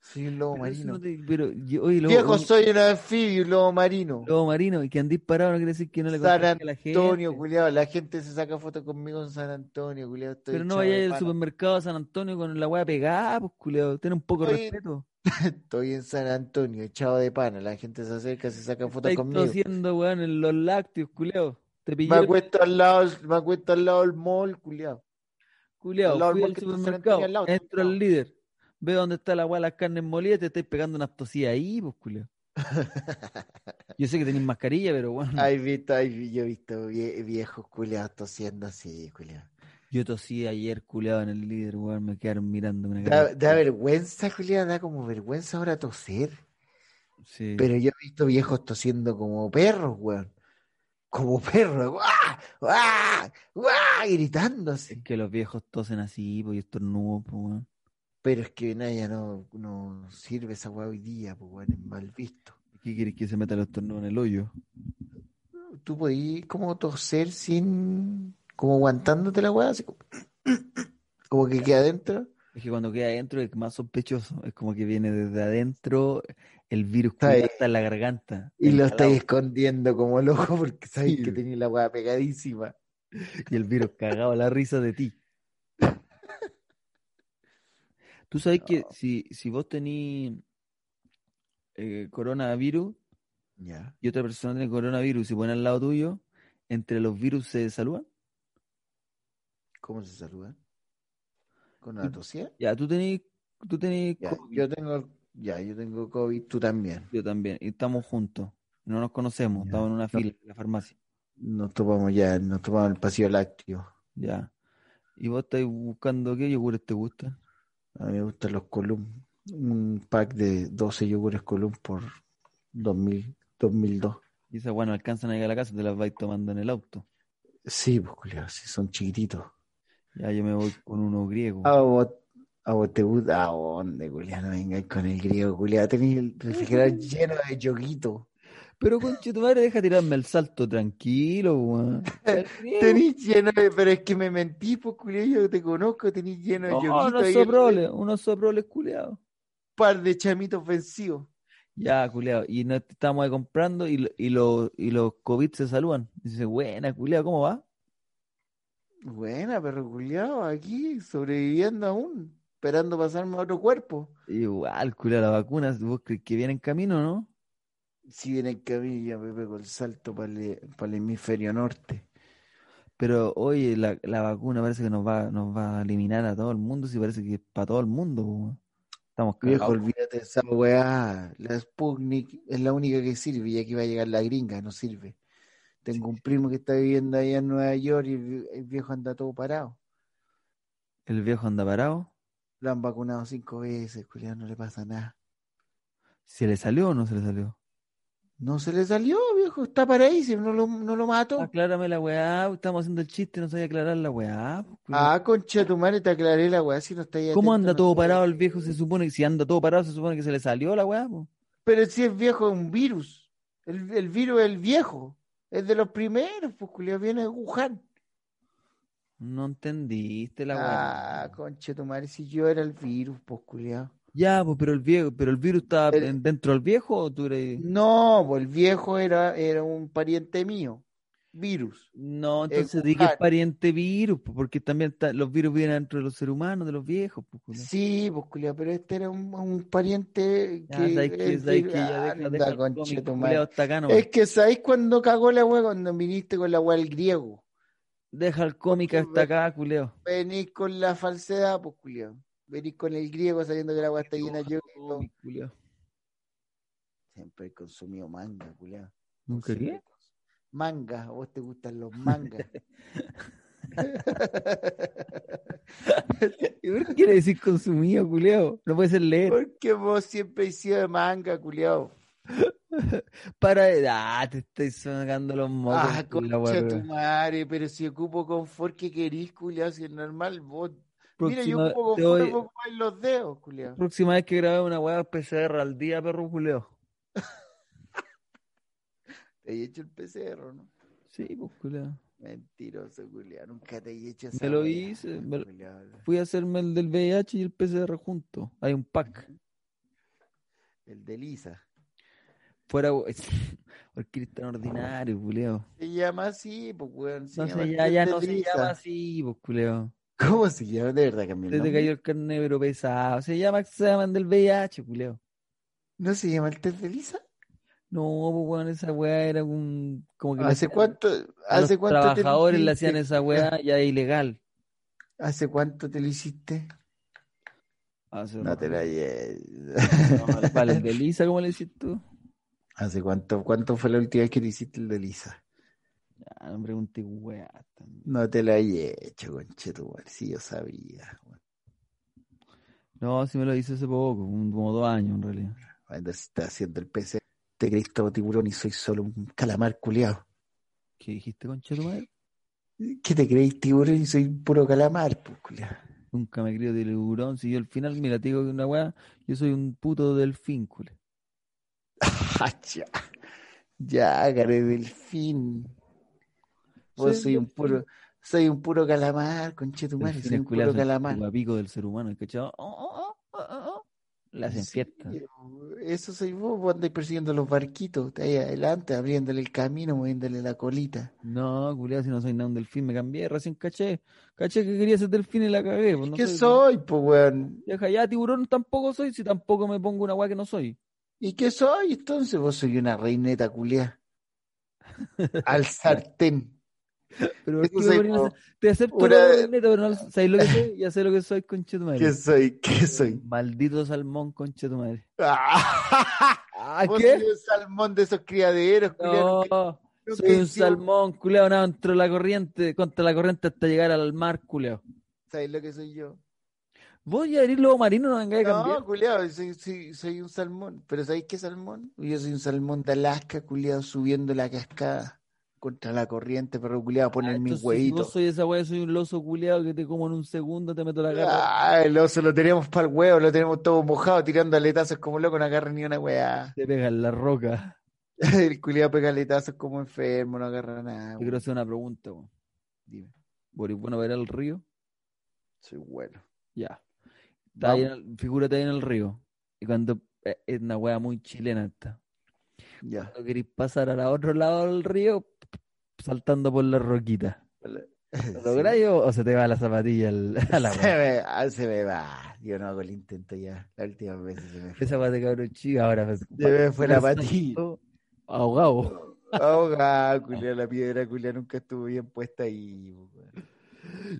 Speaker 1: Soy un lobo
Speaker 2: Pero eso no
Speaker 1: marino.
Speaker 2: te. Pero, yo- oye, lobo,
Speaker 1: Viejo,
Speaker 2: oye,
Speaker 1: soy un anfibio, un lobo marino.
Speaker 2: lobo marino, y que andís parado no quiere decir que no le
Speaker 1: San
Speaker 2: contagie a la
Speaker 1: Antonio,
Speaker 2: gente.
Speaker 1: culiao, la gente se saca fotos conmigo en San Antonio, culiao, estoy
Speaker 2: Pero no
Speaker 1: echado de
Speaker 2: vayáis al
Speaker 1: pana.
Speaker 2: supermercado de San Antonio con la weá pegada, pues, culiao. Ten un poco de
Speaker 1: Estoy-
Speaker 2: respeto.
Speaker 1: Estoy en San Antonio, echado de pana. La gente se acerca, se saca fotos
Speaker 2: Estáis
Speaker 1: conmigo.
Speaker 2: tosiendo, weón, en los lácteos, culiao. Te
Speaker 1: Me
Speaker 2: pillé,
Speaker 1: acuesto al lado, me acuesto al lado del mall, culiao. Al
Speaker 2: culiao.
Speaker 1: lado del
Speaker 2: Fui
Speaker 1: mall
Speaker 2: al
Speaker 1: que está en San Antonio,
Speaker 2: supermercado,
Speaker 1: al lado. está
Speaker 2: entro al líder. Veo dónde está la weá, las carnes molidas, te estáis pegando unas tosidas ahí, pues, culiao.
Speaker 1: pegado.
Speaker 2: Yo sé que tenéis mascarilla, pero bueno,
Speaker 1: Ay, visto, ay, vi- yo he visto vie- viejos culiados tosiendo así, culiao.
Speaker 2: yo tosí ayer, culiao, en el líder, weón. Me quedaron mirando una cara.
Speaker 1: Da,
Speaker 2: de
Speaker 1: da vergüenza, culiao, da como vergüenza ahora toser.
Speaker 2: Sí.
Speaker 1: Pero yo he visto viejos tosiendo como perros, weón. Como perros, ¡guau! ¡guau! ¡guau! Gritando
Speaker 2: Es
Speaker 1: así.
Speaker 2: que los viejos tosen así, pues yo estornudo, pues, weón.
Speaker 1: Pero es que nada, ya no, no sirve esa weá hoy día, pues weón, es mal visto.
Speaker 2: ¿Qué quieres que se meta los estornudos en el hoyo?
Speaker 1: Tú podías como toser sin, como aguantándote la weá, así como, como que queda adentro.
Speaker 2: Es que cuando queda adentro es más sospechoso. Es como que viene desde adentro el virus
Speaker 1: Está ahí.
Speaker 2: culiado hasta en la garganta.
Speaker 1: Y lo
Speaker 2: encalado.
Speaker 1: estáis escondiendo como loco porque sabéis que
Speaker 2: Sí,
Speaker 1: tenéis la weá pegadísima.
Speaker 2: Y el virus cagado a la risa de ti. Tú sabes que
Speaker 1: No,
Speaker 2: si, si vos tenís eh, coronavirus
Speaker 1: ya.
Speaker 2: y otra persona tiene coronavirus y se pone al lado tuyo, entre los virus se saludan.
Speaker 1: ¿Cómo se saluda? ¿Con una
Speaker 2: Tú-
Speaker 1: tosía?
Speaker 2: ya, tú tenés, tú tenés
Speaker 1: Ya,
Speaker 2: COVID.
Speaker 1: yo tengo, ya, yo tengo COVID, tú también.
Speaker 2: Yo también. Y estamos juntos. No nos conocemos.
Speaker 1: Ya.
Speaker 2: Estamos en una
Speaker 1: No-
Speaker 2: fila en la farmacia.
Speaker 1: Nos tomamos ya, nos tomamos el pasillo lácteo.
Speaker 2: Ya. ¿Y vos estáis buscando qué yogures te gustan?
Speaker 1: A mí me gustan los Column. Un pack de 12 yogures Column por 2000. 2002.
Speaker 2: Y esas, bueno, alcanzan a llegar a la casa, te las vais tomando en el auto.
Speaker 1: Sí, pues, culiao, sí, son chiquititos.
Speaker 2: Ya yo me voy con uno griego.
Speaker 1: A Ah, vos, a vos te gusta, a dónde, culiao, no vengáis con el griego, culiao. Tenéis el refrigerador lleno de yoguito.
Speaker 2: Pero conche tu madre, deja tirarme el salto tranquilo, weón. El griego.
Speaker 1: Tenéis lleno de, pero es que me mentí, pues, culiao, yo te conozco, tenéis lleno de yoguito.
Speaker 2: No, unos
Speaker 1: ahí en-
Speaker 2: soproles, unos soproles culeados.
Speaker 1: par de chamitos vencidos.
Speaker 2: Ya, culeado. Y nos estamos ahí comprando y, lo- y, los- y los COVID se saludan. Dice, buena, culeado, ¿cómo va?
Speaker 1: Buena, perro culiao, aquí sobreviviendo aún, esperando pasarme a otro cuerpo.
Speaker 2: Igual, culeado, la vacuna, ¿vos crees que viene en camino, no?
Speaker 1: Si viene en camilla, me pego el salto para el, hemisferio norte.
Speaker 2: Pero oye, la, la vacuna parece que nos va, nos va a eliminar a todo el mundo, si parece que es para todo el mundo, po, weón. Estamos
Speaker 1: Viejo,
Speaker 2: cagados.
Speaker 1: olvídate de esa weá. La Sputnik es la única que sirve, y aquí va a llegar la gringa, no sirve. Tengo un primo que está viviendo allá en Nueva York y el vi- el viejo anda todo parado.
Speaker 2: El viejo anda parado.
Speaker 1: Lo han vacunado cinco veces, culiao, no le pasa nada.
Speaker 2: ¿Se le salió o no se le salió?
Speaker 1: No se le salió, viejo, está paradísimo, no lo, no lo mato.
Speaker 2: Ah, Aclárame la weá, estamos haciendo el chiste, no sabía aclarar la weá. po, culiao.
Speaker 1: Ah, concha tu madre, te aclaré la weá, si no está ahí
Speaker 2: ¿Cómo
Speaker 1: atento,
Speaker 2: anda
Speaker 1: no
Speaker 2: todo
Speaker 1: está ahí
Speaker 2: parado el
Speaker 1: atento.
Speaker 2: viejo? Se supone que si anda todo parado, se supone que se le salió la weá, pues. po.
Speaker 1: Pero si es viejo, es un virus. El, el virus es el viejo. Es de los primeros, pues culiao, viene de Wuhan.
Speaker 2: No entendiste la weá.
Speaker 1: Ah, concha tu madre, si yo era el virus, pues culiao.
Speaker 2: Ya, po, pero el viejo, pero el virus estaba
Speaker 1: Pero-
Speaker 2: en- dentro del viejo o tú eres...
Speaker 1: No, pues el viejo era, era un pariente mío. Virus.
Speaker 2: No,
Speaker 1: Es
Speaker 2: entonces di que es
Speaker 1: Wuhan.
Speaker 2: pariente virus, po, porque también está- los virus vienen dentro de los seres humanos, de los viejos, po, culiao.
Speaker 1: Sí, pues culiao, pero este era un, un pariente
Speaker 2: Ya,
Speaker 1: que.
Speaker 2: sabes que,
Speaker 1: el
Speaker 2: sabes
Speaker 1: virus-
Speaker 2: que ya
Speaker 1: Ah,
Speaker 2: deja,
Speaker 1: anda,
Speaker 2: deja el
Speaker 1: concha
Speaker 2: cómic,
Speaker 1: tu
Speaker 2: culiao,
Speaker 1: madre.
Speaker 2: hasta acá nomás.
Speaker 1: Es que ¿sabéis cuando cagó la weá? Cuando viniste con la weá del griego.
Speaker 2: Deja el cómic hasta acá, culeo.
Speaker 1: Venís con la falsedad, pues, culiao. Venís con el griego sabiendo que la agua está llena de yoguito.
Speaker 2: Cómic, culiao.
Speaker 1: Siempre he consumido manga, culiao.
Speaker 2: ¿Nunca
Speaker 1: Siempre
Speaker 2: qué?
Speaker 1: he cons- Manga, a vos te gustan los mangas.
Speaker 2: ¿Y por qué quiere decir consumido, culeo? No puede ser leer.
Speaker 1: Porque vos siempre he sido de manga, culiao.
Speaker 2: Para. Ah, te estoy sacando los mocos.
Speaker 1: Ah,
Speaker 2: culiao,
Speaker 1: concha
Speaker 2: weón.
Speaker 1: tu madre, pero si ocupo confort que querís, culiao, si es normal, vos. Mira, yo
Speaker 2: Próxima,
Speaker 1: ocupo
Speaker 2: te
Speaker 1: confort,
Speaker 2: voy-
Speaker 1: vos ocupáis los dedos, culiao.
Speaker 2: próxima vez que grabemos una weá PCR al día, perro, culeo.
Speaker 1: Te he hecho el PCR, ¿no?
Speaker 2: Sí, pues, culeo.
Speaker 1: Mentiroso, culiao. Nunca te he hecho
Speaker 2: Me
Speaker 1: esa
Speaker 2: lo
Speaker 1: weá,
Speaker 2: hice, me lo-
Speaker 1: culiao.
Speaker 2: Fui a hacerme el del VIH y el PCR juntos. Hay un pack.
Speaker 1: El de Lisa.
Speaker 2: Fuera, we- Porque eres tan ordinario, culeo.
Speaker 1: Se llama así, pues, weón. Se
Speaker 2: No
Speaker 1: llama
Speaker 2: se,
Speaker 1: el
Speaker 2: ya,
Speaker 1: Club
Speaker 2: ya
Speaker 1: de
Speaker 2: no se
Speaker 1: Lisa.
Speaker 2: llama así, pues, culeo.
Speaker 1: ¿Cómo se llama? De verdad cambió el
Speaker 2: Se te
Speaker 1: nombre.
Speaker 2: cayó el carnet, pero pesado. Se llama examen del VIH, culeo.
Speaker 1: ¿No se llama el test de Lisa?
Speaker 2: No, pues, weón, esa weá era un. Como que le
Speaker 1: ¿Hace
Speaker 2: hacían-
Speaker 1: cuánto,
Speaker 2: a los
Speaker 1: hace cuánto te lo
Speaker 2: trabajadores le hacían
Speaker 1: hiciste?
Speaker 2: esa weá ya ilegal.
Speaker 1: ¿Hace cuánto te lo hiciste?
Speaker 2: Hace
Speaker 1: No te la
Speaker 2: rato.
Speaker 1: lleves.
Speaker 2: Ah, No, al- para el de Lisa, ¿cómo le decís tú?
Speaker 1: ¿Hace cuánto, cuánto fue la última vez que te hiciste el de Lisa?
Speaker 2: Ah, no me pregunté, weá. también.
Speaker 1: No te la he hecho, conchetumar. Sí, yo sabía. Bueno,
Speaker 2: No, si me lo hice hace poco, un- como dos años en realidad.
Speaker 1: cuando se está haciendo el PC. Te crees todo tiburón y soy solo un calamar culeado.
Speaker 2: ¿Qué dijiste, concha de tu madre?
Speaker 1: ¿Qué te creéis tiburón y soy un puro calamar, pues, culiao?
Speaker 2: Nunca me creo tiburón. Si yo al final, mira, te digo que una weá, yo soy un puto delfín, culeo.
Speaker 1: Ah, ya, ya, Gare Delfín. Vos
Speaker 2: Soy un
Speaker 1: soy un
Speaker 2: delfín.
Speaker 1: puro, soy un puro calamar, conchetumare, soy
Speaker 2: Delfines
Speaker 1: un
Speaker 2: culiados
Speaker 1: puro
Speaker 2: son el
Speaker 1: calamar.
Speaker 2: pico del ser humano, ¿cachado? Oh, oh, oh, oh, oh, oh. Le hacen
Speaker 1: Sí,
Speaker 2: fiesta.
Speaker 1: eso soy vos, vos andáis persiguiendo los barquitos, de ahí adelante, abriéndole el camino, moviéndole la colita.
Speaker 2: No, culiado, si no soy nada un delfín, me cambié, recién caché. Caché que quería ser delfín y la cagué. Pues no
Speaker 1: ¿Qué
Speaker 2: soy-
Speaker 1: soy, pues, weón?
Speaker 2: Deja ya, tiburón tampoco soy, si tampoco me pongo una weá que no soy.
Speaker 1: ¿Y qué soy entonces? Vos soy una reineta culiá. Al sartén.
Speaker 2: Pero ¿por
Speaker 1: Eso
Speaker 2: qué me
Speaker 1: soy
Speaker 2: ponían
Speaker 1: vos.
Speaker 2: esa- Te acepto
Speaker 1: Una-
Speaker 2: la neta, pero no sabes lo que soy, ya sé lo que soy, conche tu
Speaker 1: ¿Qué
Speaker 2: madre.
Speaker 1: soy? ¿Qué soy?
Speaker 2: Maldito salmón, conche tu madre.
Speaker 1: Ah,
Speaker 2: ¿Ah,
Speaker 1: vos
Speaker 2: qué?
Speaker 1: soy un salmón de esos criaderos, culiá,
Speaker 2: No,
Speaker 1: nunca- nunca
Speaker 2: soy un
Speaker 1: hicimos-
Speaker 2: salmón, culiao, nada, contra la corriente, contra la corriente hasta llegar al mar, culiao.
Speaker 1: ¿Sabes lo que soy yo?
Speaker 2: Vos ya eres lobo marino, no vengáis a cambiar.
Speaker 1: No, culiado, soy, soy- soy un salmón. ¿Pero sabéis qué salmón? Yo soy un salmón de Alaska, culiado, subiendo la cascada contra la corriente, pero culiado,
Speaker 2: Ah,
Speaker 1: poner mis
Speaker 2: entonces, Si vos
Speaker 1: huevitos.
Speaker 2: soy esa weá, soy un loso culiado que te como en un segundo, te meto la garra.
Speaker 1: Ah, el oso lo tenemos para el huevo, lo tenemos todo mojado, tirando aletazos como loco, no agarra ni una weá.
Speaker 2: Te pegas en la roca.
Speaker 1: El culiado pega aletazos como enfermo, no agarra nada.
Speaker 2: Te
Speaker 1: weón.
Speaker 2: quiero hacer una pregunta, weón.
Speaker 1: Dime,
Speaker 2: Boris Bueno verá el río.
Speaker 1: soy bueno.
Speaker 2: Ya. Está ahí en el- figúrate ahí en el río. Y cuando eh, es una weá muy chilena esta.
Speaker 1: Ya.
Speaker 2: Cuando querís pasar al otro lado del río, saltando por la roquita. ¿Lo lográis o, o se te va la zapatilla al, a la
Speaker 1: Se
Speaker 2: weá?
Speaker 1: me, ah, se me va. Yo no hago el intento ya. La última vez se me fue.
Speaker 2: Esa weá de cabrón chica ahora. pues,
Speaker 1: Se me fue la
Speaker 2: salto
Speaker 1: patilla.
Speaker 2: Ahogado.
Speaker 1: Ahogado, culia, la piedra, culia, nunca estuvo bien puesta ahí. po, weón.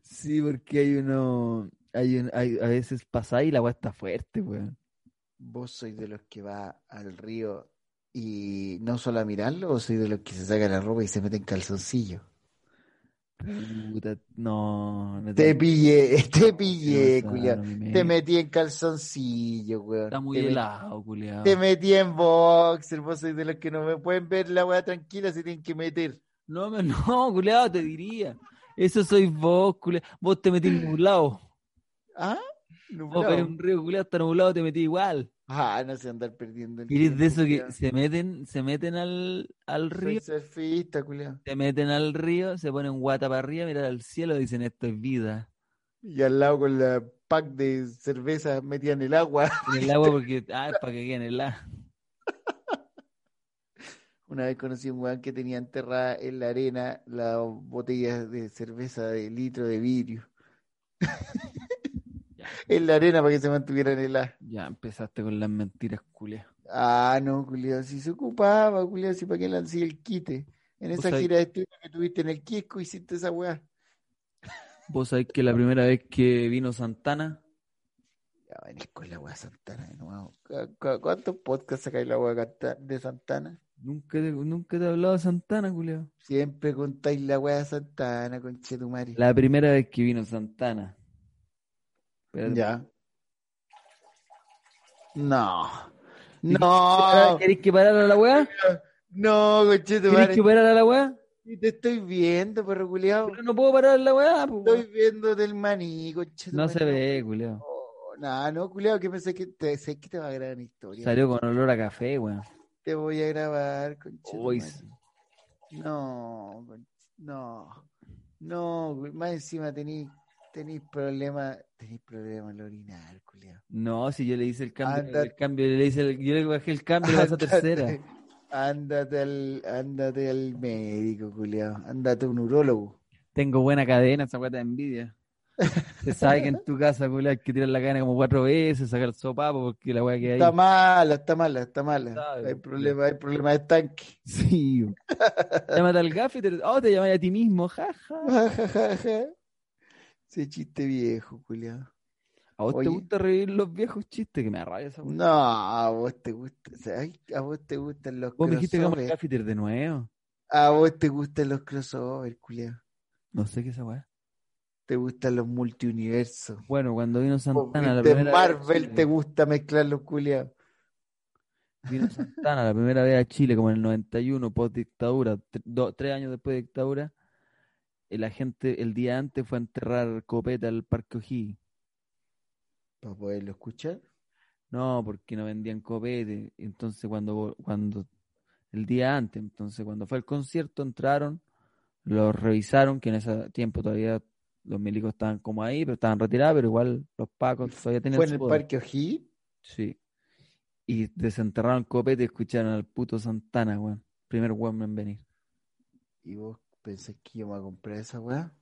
Speaker 2: Sí, porque hay uno, hay un, hay, a veces pasa y la agua está fuerte, weón.
Speaker 1: ¿Vos sois de los que va al río y no solo a mirarlo, o sois de los que se saca la ropa y se meten calzoncillo?
Speaker 2: Puta, no, no
Speaker 1: Te
Speaker 2: no,
Speaker 1: pillé, te
Speaker 2: no,
Speaker 1: pillé,
Speaker 2: no,
Speaker 1: culia.
Speaker 2: no me meto.
Speaker 1: Te metí en calzoncillo, weón.
Speaker 2: Está muy
Speaker 1: Te metí-
Speaker 2: helado, culiao.
Speaker 1: Te metí en boxer, vos sois de los que no me pueden ver la weá tranquila, se tienen que meter.
Speaker 2: No, me- no, culiao, te diría. Eso sois vos, culiao. Vos te metís nublado.
Speaker 1: ¿Ah?
Speaker 2: Vos
Speaker 1: Nublado.
Speaker 2: ves un río, culiao, está nublado, te metís igual.
Speaker 1: Ah, no sé andar perdiendo el
Speaker 2: Y eres de
Speaker 1: tiempo,
Speaker 2: eso que
Speaker 1: culiao.
Speaker 2: se meten, se meten al, al río,
Speaker 1: Soy surfista, culiao.
Speaker 2: se meten al río, se ponen guata para arriba, miran al cielo, dicen esto es vida.
Speaker 1: Y al lado con la pack de cerveza metida en el agua.
Speaker 2: En el agua porque, ah, es para que queden heladas.
Speaker 1: Una vez conocí a un weón que tenía enterrada en la arena las botellas de cerveza de litro de vidrio.
Speaker 2: Ya.
Speaker 1: En la arena para que se mantuvieran heladas.
Speaker 2: Ya empezaste con las mentiras, culia.
Speaker 1: Ah, no, culiao, si se ocupaba, culiao, si para qué lancé el quite. En
Speaker 2: Vos
Speaker 1: esa
Speaker 2: sabés-
Speaker 1: gira de estudio que tuviste en el Quisco hiciste esa weá.
Speaker 2: Vos sabés que la primera vez que vino Santana,
Speaker 1: Ya venís con la weá Santana de nuevo. ¿Cu- cu- ¿Cuántos podcasts sacáis la weá canta- de Santana?
Speaker 2: nunca te, nunca te he hablado de Santana, culia.
Speaker 1: Siempre contáis la weá de Santana, conchetumare.
Speaker 2: La primera vez que vino Santana. Espérate.
Speaker 1: Ya. No.
Speaker 2: ¿Te querés parar-
Speaker 1: No.
Speaker 2: ¿Querés Ah, que parara la weá?
Speaker 1: No,
Speaker 2: ¿Querés
Speaker 1: conchetumare.
Speaker 2: que parara la weá?
Speaker 1: Te estoy viendo, perro culiao.
Speaker 2: Pero no puedo parar la weá, po,
Speaker 1: Estoy
Speaker 2: weón.
Speaker 1: viendo del maní, conchetumare.
Speaker 2: No se ve, culia.
Speaker 1: No, nah, no, culiao, que pensé que te, sé que te va a grabar una historia.
Speaker 2: Salió con olor a café, weón.
Speaker 1: Te voy a grabar,
Speaker 2: Uy,
Speaker 1: conchetumare. No, con- no, no, güey, más encima tenéis tenéis problemas, tenéis problemas al orinar, culiao.
Speaker 2: No, si yo le hice el cambio,
Speaker 1: Anda-
Speaker 2: el cambio le hice el- yo le bajé el cambio a esa tercera.
Speaker 1: Ándate al, ándate al médico, culiao. Ándate a un urólogo.
Speaker 2: Tengo buena cadena, esa weá te da envidia. Se sabe que en tu casa, culiao, hay que tirar la cadena como cuatro veces, sacar el sopapo, porque la weá que hay.
Speaker 1: Está mala, está mala, está mala.
Speaker 2: Sabe,
Speaker 1: Hay
Speaker 2: pues,
Speaker 1: problema, hay problema de tanque.
Speaker 2: Sí. bo. Llámate al gafe y te... Oh, te llamas a ti mismo, jaja.
Speaker 1: Ese chiste viejo, culiao.
Speaker 2: ¿A vos
Speaker 1: Oye.
Speaker 2: te gusta reír los viejos chistes? Que me arrabia esa weá.
Speaker 1: No, a vos te gusta, ay, a vos te gustan los
Speaker 2: Vos me dijiste que vamos al
Speaker 1: crossovers.
Speaker 2: gafe de nuevo.
Speaker 1: A vos te gustan los crossovers, culiao.
Speaker 2: No sé qué es esa weá.
Speaker 1: Te gustan los multiuniversos.
Speaker 2: Bueno, cuando vino Santana
Speaker 1: De
Speaker 2: la primera
Speaker 1: Marvel
Speaker 2: vez. a
Speaker 1: te
Speaker 2: Chile,
Speaker 1: gusta mezclar los culiados.
Speaker 2: Vino Santana la primera vez a Chile, como en el 91, post dictadura, tre- do- tres años después de dictadura. eh, La gente el día antes fue a enterrar copeta al Parque O'Higgins.
Speaker 1: Para poderlo escuchar.
Speaker 2: No, porque no vendían copete. Entonces, cuando, vo- cuando el día antes, entonces, cuando fue el concierto, entraron, los revisaron, que en ese tiempo todavía los milicos estaban como ahí, pero estaban retirados, pero igual los pacos todavía tenían
Speaker 1: Fue en
Speaker 2: su
Speaker 1: el
Speaker 2: poder.
Speaker 1: Parque O'Higgins.
Speaker 2: Sí. Y desenterraron copete y escucharon al puto Santana, weón. Primer weón en venir.
Speaker 1: Y vos pensás que íbamos a comprar esa weá.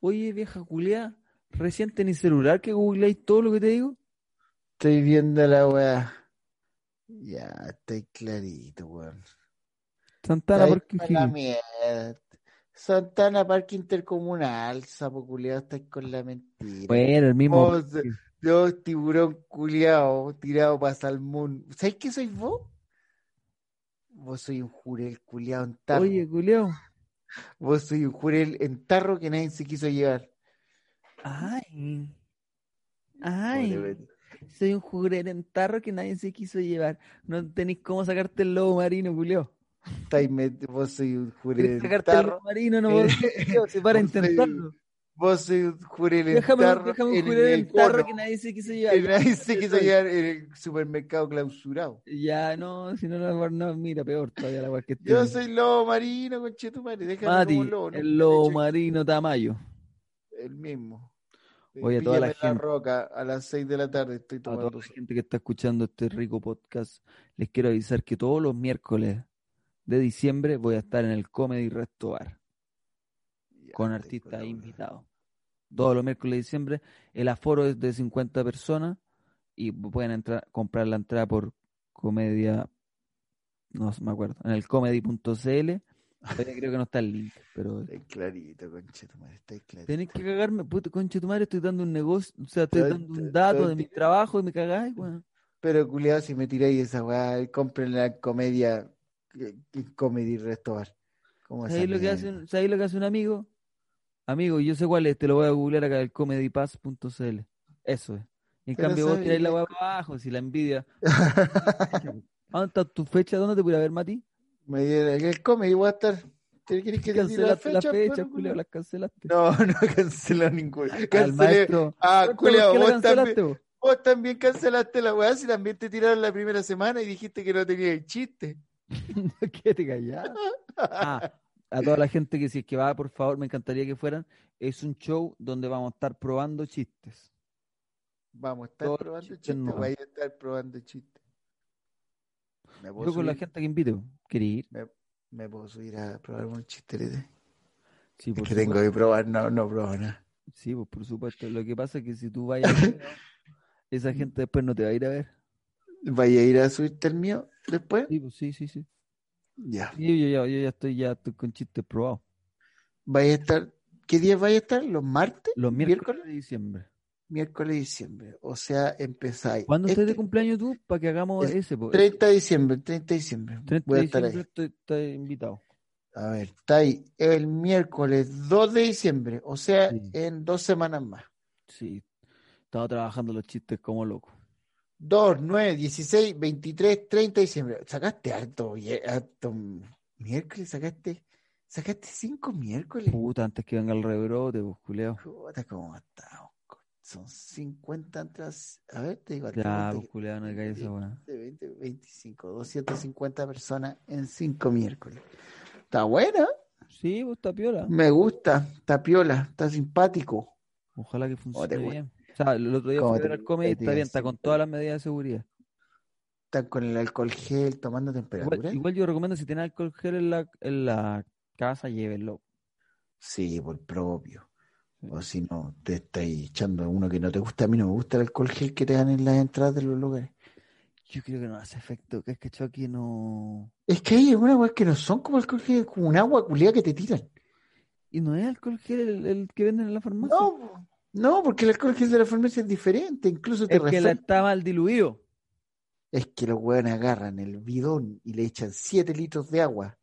Speaker 2: Oye, vieja culia, recién tenés celular que googleáis todo lo que te digo.
Speaker 1: Estoy viendo la weá. Ya, estoy clarito, weón.
Speaker 2: Santana,
Speaker 1: Estáis
Speaker 2: porque
Speaker 1: pa' la mierda. Santana Parque Intercomunal, sapo culiado, estáis con la mentira.
Speaker 2: Bueno, el mismo.
Speaker 1: Vos, Dios, tiburón culiao, tirado para salmón. ¿Sabes qué sois vos? Vos soy un jurel culiao en tarro.
Speaker 2: Oye, culiao.
Speaker 1: Vos soy un jurel en tarro que nadie se quiso llevar.
Speaker 2: Ay. Ay. Soy un juguete en tarro que nadie se quiso llevar. No tenéis cómo sacarte el lobo marino, Julio.
Speaker 1: Estáis met- vos soy un
Speaker 2: Querés
Speaker 1: jurel
Speaker 2: sacarte el
Speaker 1: tarro.
Speaker 2: lobo marino, no
Speaker 1: Eh,
Speaker 2: podés, Julio, si para
Speaker 1: vos soy-
Speaker 2: intentarlo.
Speaker 1: Vos soy un jurel en
Speaker 2: Déjame,
Speaker 1: tarro
Speaker 2: déjame un
Speaker 1: en
Speaker 2: juguete en
Speaker 1: el
Speaker 2: tarro
Speaker 1: cono,
Speaker 2: que nadie se quiso
Speaker 1: que
Speaker 2: llevar.
Speaker 1: nadie se quiso
Speaker 2: soy.
Speaker 1: llevar en el supermercado clausurado.
Speaker 2: Ya, no, si no, no, no, mira, peor todavía la weá que
Speaker 1: Yo
Speaker 2: estoy.
Speaker 1: soy lobo marino, conchetumare. Déjame como
Speaker 2: Mati,
Speaker 1: lobo. nunca
Speaker 2: el
Speaker 1: me he
Speaker 2: lobo
Speaker 1: hecho-
Speaker 2: marino Tamayo.
Speaker 1: El mismo. Eh,
Speaker 2: Oye, a toda la
Speaker 1: píllame
Speaker 2: gente.
Speaker 1: roca a las 6 de la tarde. Estoy
Speaker 2: A toda
Speaker 1: tomando
Speaker 2: la
Speaker 1: sol.
Speaker 2: gente que está escuchando este rico podcast, les quiero avisar que todos los miércoles de diciembre voy a estar en el Comedy Resto Bar
Speaker 1: Ya,
Speaker 2: con
Speaker 1: estoy con
Speaker 2: artistas
Speaker 1: la-
Speaker 2: invitados. Todos los miércoles de diciembre, el aforo es de 50 personas y pueden entrar, comprar la entrada por comedia, no me acuerdo, en el comedy.cl. Todavía creo que no está el link, pero
Speaker 1: Estáis clarito, conchetumare. Estáis clarito.
Speaker 2: Tenés que cagarme, puta, concha de tu madre, estoy dando un negocio, o sea, estoy
Speaker 1: Todo-
Speaker 2: dando un
Speaker 1: todo-
Speaker 2: dato
Speaker 1: todo
Speaker 2: de mi
Speaker 1: tiene-
Speaker 2: trabajo y me cagáis, weón.
Speaker 1: Pero, culiado, si me tiráis esa weá, compren la comedia. eh, Comedy Restobar. ¿Cómo esa
Speaker 2: ¿Sabéis lo que hace
Speaker 1: mierda?
Speaker 2: un, sabéis lo que hace un amigo? Amigo, yo sé cuál es, te lo voy a googlear acá, el comedypass.cl. Eso es. En
Speaker 1: Pero
Speaker 2: cambio, vos
Speaker 1: sabéis
Speaker 2: tiráis la
Speaker 1: que-
Speaker 2: weá para abajo, si la envidia. ¿Dónde está tu fecha? ¿Dónde te voy a ver, Mati?
Speaker 1: Me dieron el comedy, voy a estar. ¿Te quieres que te tire la
Speaker 2: Cancelaste las
Speaker 1: fecha,
Speaker 2: fechas,
Speaker 1: perro,
Speaker 2: Julio,
Speaker 1: culiao?
Speaker 2: las cancelaste.
Speaker 1: No, no canceló ninguna.
Speaker 2: Al
Speaker 1: Cancelé.
Speaker 2: maestro.
Speaker 1: Ah,
Speaker 2: Maestro, ¿Por
Speaker 1: culiao,
Speaker 2: qué la
Speaker 1: vos también,
Speaker 2: cancelaste vos?
Speaker 1: vos también cancelaste la weá si también te tiraron la primera semana y dijiste que no tenía el chiste.
Speaker 2: Quédate callado. Ah, a toda la gente que si es que va, por favor, me encantaría que fueran. Es un show donde vamos a estar probando chistes.
Speaker 1: Vamos a estar
Speaker 2: Todos los
Speaker 1: probando
Speaker 2: chistes
Speaker 1: chistes,
Speaker 2: nuevos.
Speaker 1: voy a estar probando chistes. ¿Me puedo,
Speaker 2: Yo con la
Speaker 1: subir?
Speaker 2: gente que invito. ¿Quería ir?
Speaker 1: ¿Me puedo subir a probar un chiste? Lete?
Speaker 2: Sí,
Speaker 1: Es
Speaker 2: por
Speaker 1: que tengo
Speaker 2: supuesto.
Speaker 1: que probar, no, no probo nada.
Speaker 2: Sí, pues, por supuesto. Lo que pasa es que si tú vayas, al video, esa gente después no te va a ir a ver.
Speaker 1: ¿Vaya a ir a subirte el mío después?
Speaker 2: Sí, pues, sí, sí, sí.
Speaker 1: Ya.
Speaker 2: Sí, yo, ya, yo ya estoy ya estoy con chistes probados.
Speaker 1: ¿Vaya a estar? ¿Qué días vaya a estar? ¿Los martes?
Speaker 2: Los miércoles
Speaker 1: ¿Miércoles?
Speaker 2: de diciembre.
Speaker 1: Miércoles de diciembre. O sea, empezáis.
Speaker 2: ¿Cuándo estás de
Speaker 1: Este
Speaker 2: cumpleaños tú? Para que hagamos
Speaker 1: el
Speaker 2: ese, pues.
Speaker 1: 30 de diciembre, 30 de diciembre.
Speaker 2: 30
Speaker 1: Voy
Speaker 2: de
Speaker 1: a estar ahí.
Speaker 2: diciembre estoy, estoy invitado.
Speaker 1: A ver, está ahí el miércoles 2 de diciembre, o sea,
Speaker 2: Sí.
Speaker 1: en dos semanas más.
Speaker 2: Sí, estaba trabajando los chistes como loco.
Speaker 1: 2, 9, 16, 23, 30 de diciembre. Sacaste harto, vie- harto miércoles, sacaste, sacaste cinco miércoles.
Speaker 2: Puta, antes que venga el rebrote, pues, culiao.
Speaker 1: Puta, ¿cómo estamos? co- Son 50 entradas. A ver, te digo, al
Speaker 2: Ya,
Speaker 1: tiro,
Speaker 2: pues, culiao, no le caigas esa
Speaker 1: 20,
Speaker 2: weá.
Speaker 1: 20, 25, 250 personas en cinco miércoles. Está buena,
Speaker 2: Sí, pues, está piola.
Speaker 1: me gusta, está piola, está simpático.
Speaker 2: Ojalá que funcione
Speaker 1: güey.
Speaker 2: bien. O sea, el otro día
Speaker 1: ¿Cómo
Speaker 2: fui a
Speaker 1: te
Speaker 2: ver al comedy y está
Speaker 1: digas?
Speaker 2: bien, está con todas las medidas de seguridad.
Speaker 1: están con el alcohol gel, tomando
Speaker 2: Igual,
Speaker 1: temperatura.
Speaker 2: igual yo recomiendo si tiene alcohol gel en la, en la casa, llévenlo.
Speaker 1: Sí, por propio.
Speaker 2: Sí.
Speaker 1: O si no, te estás echando uno que no te gusta. A mí no me gusta el alcohol gel que te dan en las entradas de los lugares.
Speaker 2: Yo creo que no hace efecto, que es que Chucky no.
Speaker 1: Es que hay algunas weas que no son como alcohol gel, es como un agua culiada que te tiran.
Speaker 2: Y no es alcohol gel el, el que venden en la farmacia.
Speaker 1: No, po. no, porque el alcohol gel de la farmacia es diferente, incluso pues, te
Speaker 2: es que la
Speaker 1: resalta.
Speaker 2: está mal diluido.
Speaker 1: Es que los weones agarran el bidón y le echan 7 litros de agua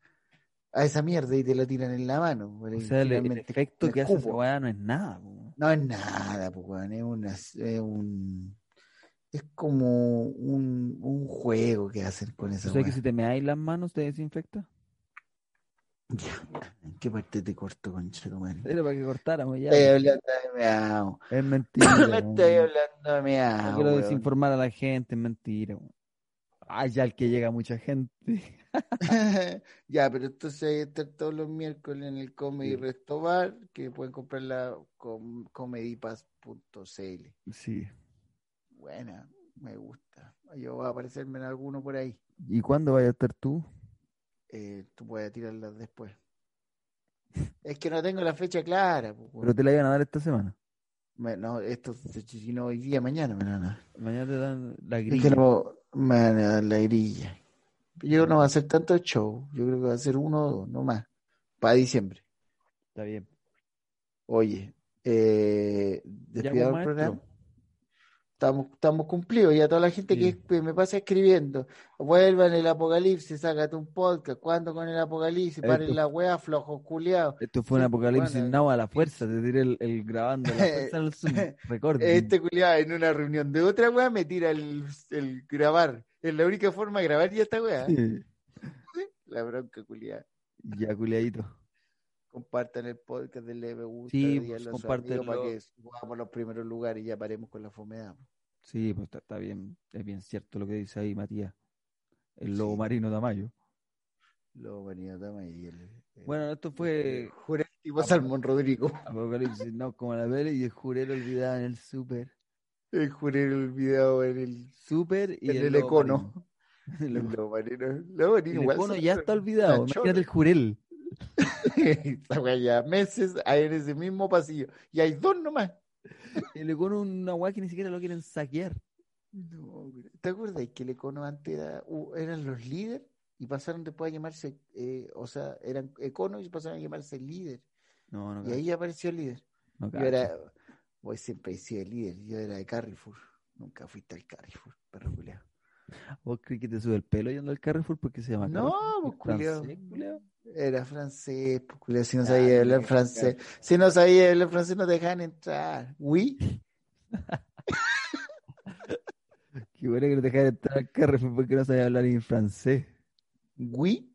Speaker 1: a esa mierda y te la tiran en la mano.
Speaker 2: O
Speaker 1: weón, y
Speaker 2: sea, el, el
Speaker 1: finalmente,
Speaker 2: efecto
Speaker 1: un
Speaker 2: que hace esa
Speaker 1: escupo.
Speaker 2: weá no es nada, po.
Speaker 1: No es nada, pues, weón, es una, es un, es como un, un juego que hacen con
Speaker 2: O
Speaker 1: esa
Speaker 2: sea que si
Speaker 1: weá.
Speaker 2: te meáis las manos te desinfecta.
Speaker 1: Ya, ¿En qué parte te corto, concha tu madre?
Speaker 2: Era para que cortáramos ya.
Speaker 1: Estoy
Speaker 2: po.
Speaker 1: hablando de meao.
Speaker 2: Es mentira.
Speaker 1: Me
Speaker 2: weón.
Speaker 1: estoy hablando de
Speaker 2: No
Speaker 1: meao,
Speaker 2: Este, quiero
Speaker 1: Ah, weón.
Speaker 2: desinformar a la gente, es mentira. weón. Ay, ya el que llega mucha gente.
Speaker 1: Ya, pero entonces hay que estar todos los miércoles en el Comedy
Speaker 2: Sí.
Speaker 1: Resto Bar, que pueden comprar la com comedypass.cl.
Speaker 2: Sí.
Speaker 1: Buena, me gusta. Yo voy a aparecerme en alguno por ahí.
Speaker 2: ¿Y cuándo vaya a estar tú?
Speaker 1: Eh, tú puedes tirarlas después. Es que no tengo la fecha clara. po,
Speaker 2: Pero
Speaker 1: weón.
Speaker 2: te la iban a dar esta semana.
Speaker 1: Me- no, esto si no hoy día, mañana me lo van a dar.
Speaker 2: Mañana te dan la
Speaker 1: Es que
Speaker 2: grilla.
Speaker 1: no me van a dar la grilla. Yo no va a hacer tanto show. Yo creo que va a ser uno o dos, no más. Para diciembre.
Speaker 2: Está bien.
Speaker 1: Oye, eh,
Speaker 2: Ya, pues,
Speaker 1: despidamos el
Speaker 2: maestro.
Speaker 1: programa. estamos, estamos cumplidos. Y a toda la gente
Speaker 2: Sí.
Speaker 1: que, que me pasa escribiendo, vuelvan el apocalipsis, sácate un podcast, ¿cuándo con el apocalipsis?
Speaker 2: Esto-
Speaker 1: Paren la weá, flojos culiados.
Speaker 2: Esto fue un
Speaker 1: Sí,
Speaker 2: apocalipsis
Speaker 1: bueno,
Speaker 2: now a la fuerza, te tiré el, el grabando a la fuerza al Zoom, recording.
Speaker 1: Este culiado en una reunión de otra weá me tira el, el grabar. Es la única forma de grabar ya esta weá.
Speaker 2: Sí.
Speaker 1: La bronca culiada.
Speaker 2: Ya, culiadito.
Speaker 1: Compartan el podcast, denle me gusta,
Speaker 2: Sí,
Speaker 1: díganlo
Speaker 2: pues,
Speaker 1: a sus
Speaker 2: compártelo.
Speaker 1: amigos para que subamos los primeros lugares y ya paremos con la fomedad.
Speaker 2: Sí, pues está, está bien, es bien cierto lo que dice ahí Matías, el lobo
Speaker 1: Sí.
Speaker 2: marino Tamayo.
Speaker 1: Lo bonito también. y el- el-
Speaker 2: Bueno, esto
Speaker 1: el
Speaker 2: fue
Speaker 1: Jurel tipo Salmón Rodrigo.
Speaker 2: Apocalipsis no como la vela y el jurel olvidado en el súper.
Speaker 1: El Jurel olvidado en el,
Speaker 2: Súper y
Speaker 1: en
Speaker 2: el
Speaker 1: el
Speaker 2: lobo
Speaker 1: Econo.
Speaker 2: marino. El
Speaker 1: El
Speaker 2: lobo-
Speaker 1: lobo marino. Lo bonito,
Speaker 2: el
Speaker 1: igual
Speaker 2: econo
Speaker 1: son-
Speaker 2: ya está olvidado,
Speaker 1: Nacho.
Speaker 2: imagínate el jurel.
Speaker 1: Esa weá ya meses ahí en ese mismo pasillo. Y hay dos nomás.
Speaker 2: El econo es una weá que ni siquiera lo quieren saquear.
Speaker 1: No, pero- ¿te acuerdas que el Econo antes era- u- eran los líderes y pasaron después a llamarse, eh, o sea, eran Econo y pasaron a llamarse líder?
Speaker 2: No, no,
Speaker 1: Y
Speaker 2: cacho,
Speaker 1: ahí apareció el líder.
Speaker 2: no
Speaker 1: Yo
Speaker 2: cacho.
Speaker 1: era, voy siempre he sido el líder, yo era de Carrefour. Nunca fuiste al Carrefour, perro culiao.
Speaker 2: ¿Vos crees que te sube el pelo yendo al Carrefour porque se llama
Speaker 1: No,
Speaker 2: Carrefour?
Speaker 1: pues,
Speaker 2: ¿Es francés,
Speaker 1: culiao.
Speaker 2: culiao?
Speaker 1: Era francés, pues, culiao, si no
Speaker 2: Ah,
Speaker 1: sabía
Speaker 2: no,
Speaker 1: hablar
Speaker 2: no,
Speaker 1: francés. Si no sabía hablar francés, no te dejaban entrar. ¿Oui?
Speaker 2: Qué bueno que no te dejaron entrar al Carrefour porque no sabía hablar en francés.
Speaker 1: ¿Oui?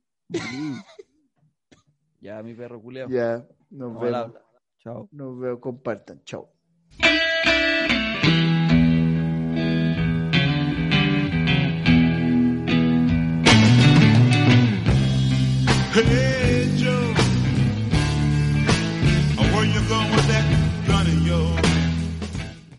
Speaker 2: ya, mi perro culiao.
Speaker 1: Ya, nos
Speaker 2: Vamos al
Speaker 1: vemos.
Speaker 2: habla. Chao.
Speaker 1: Nos vemos, compartan. Chao.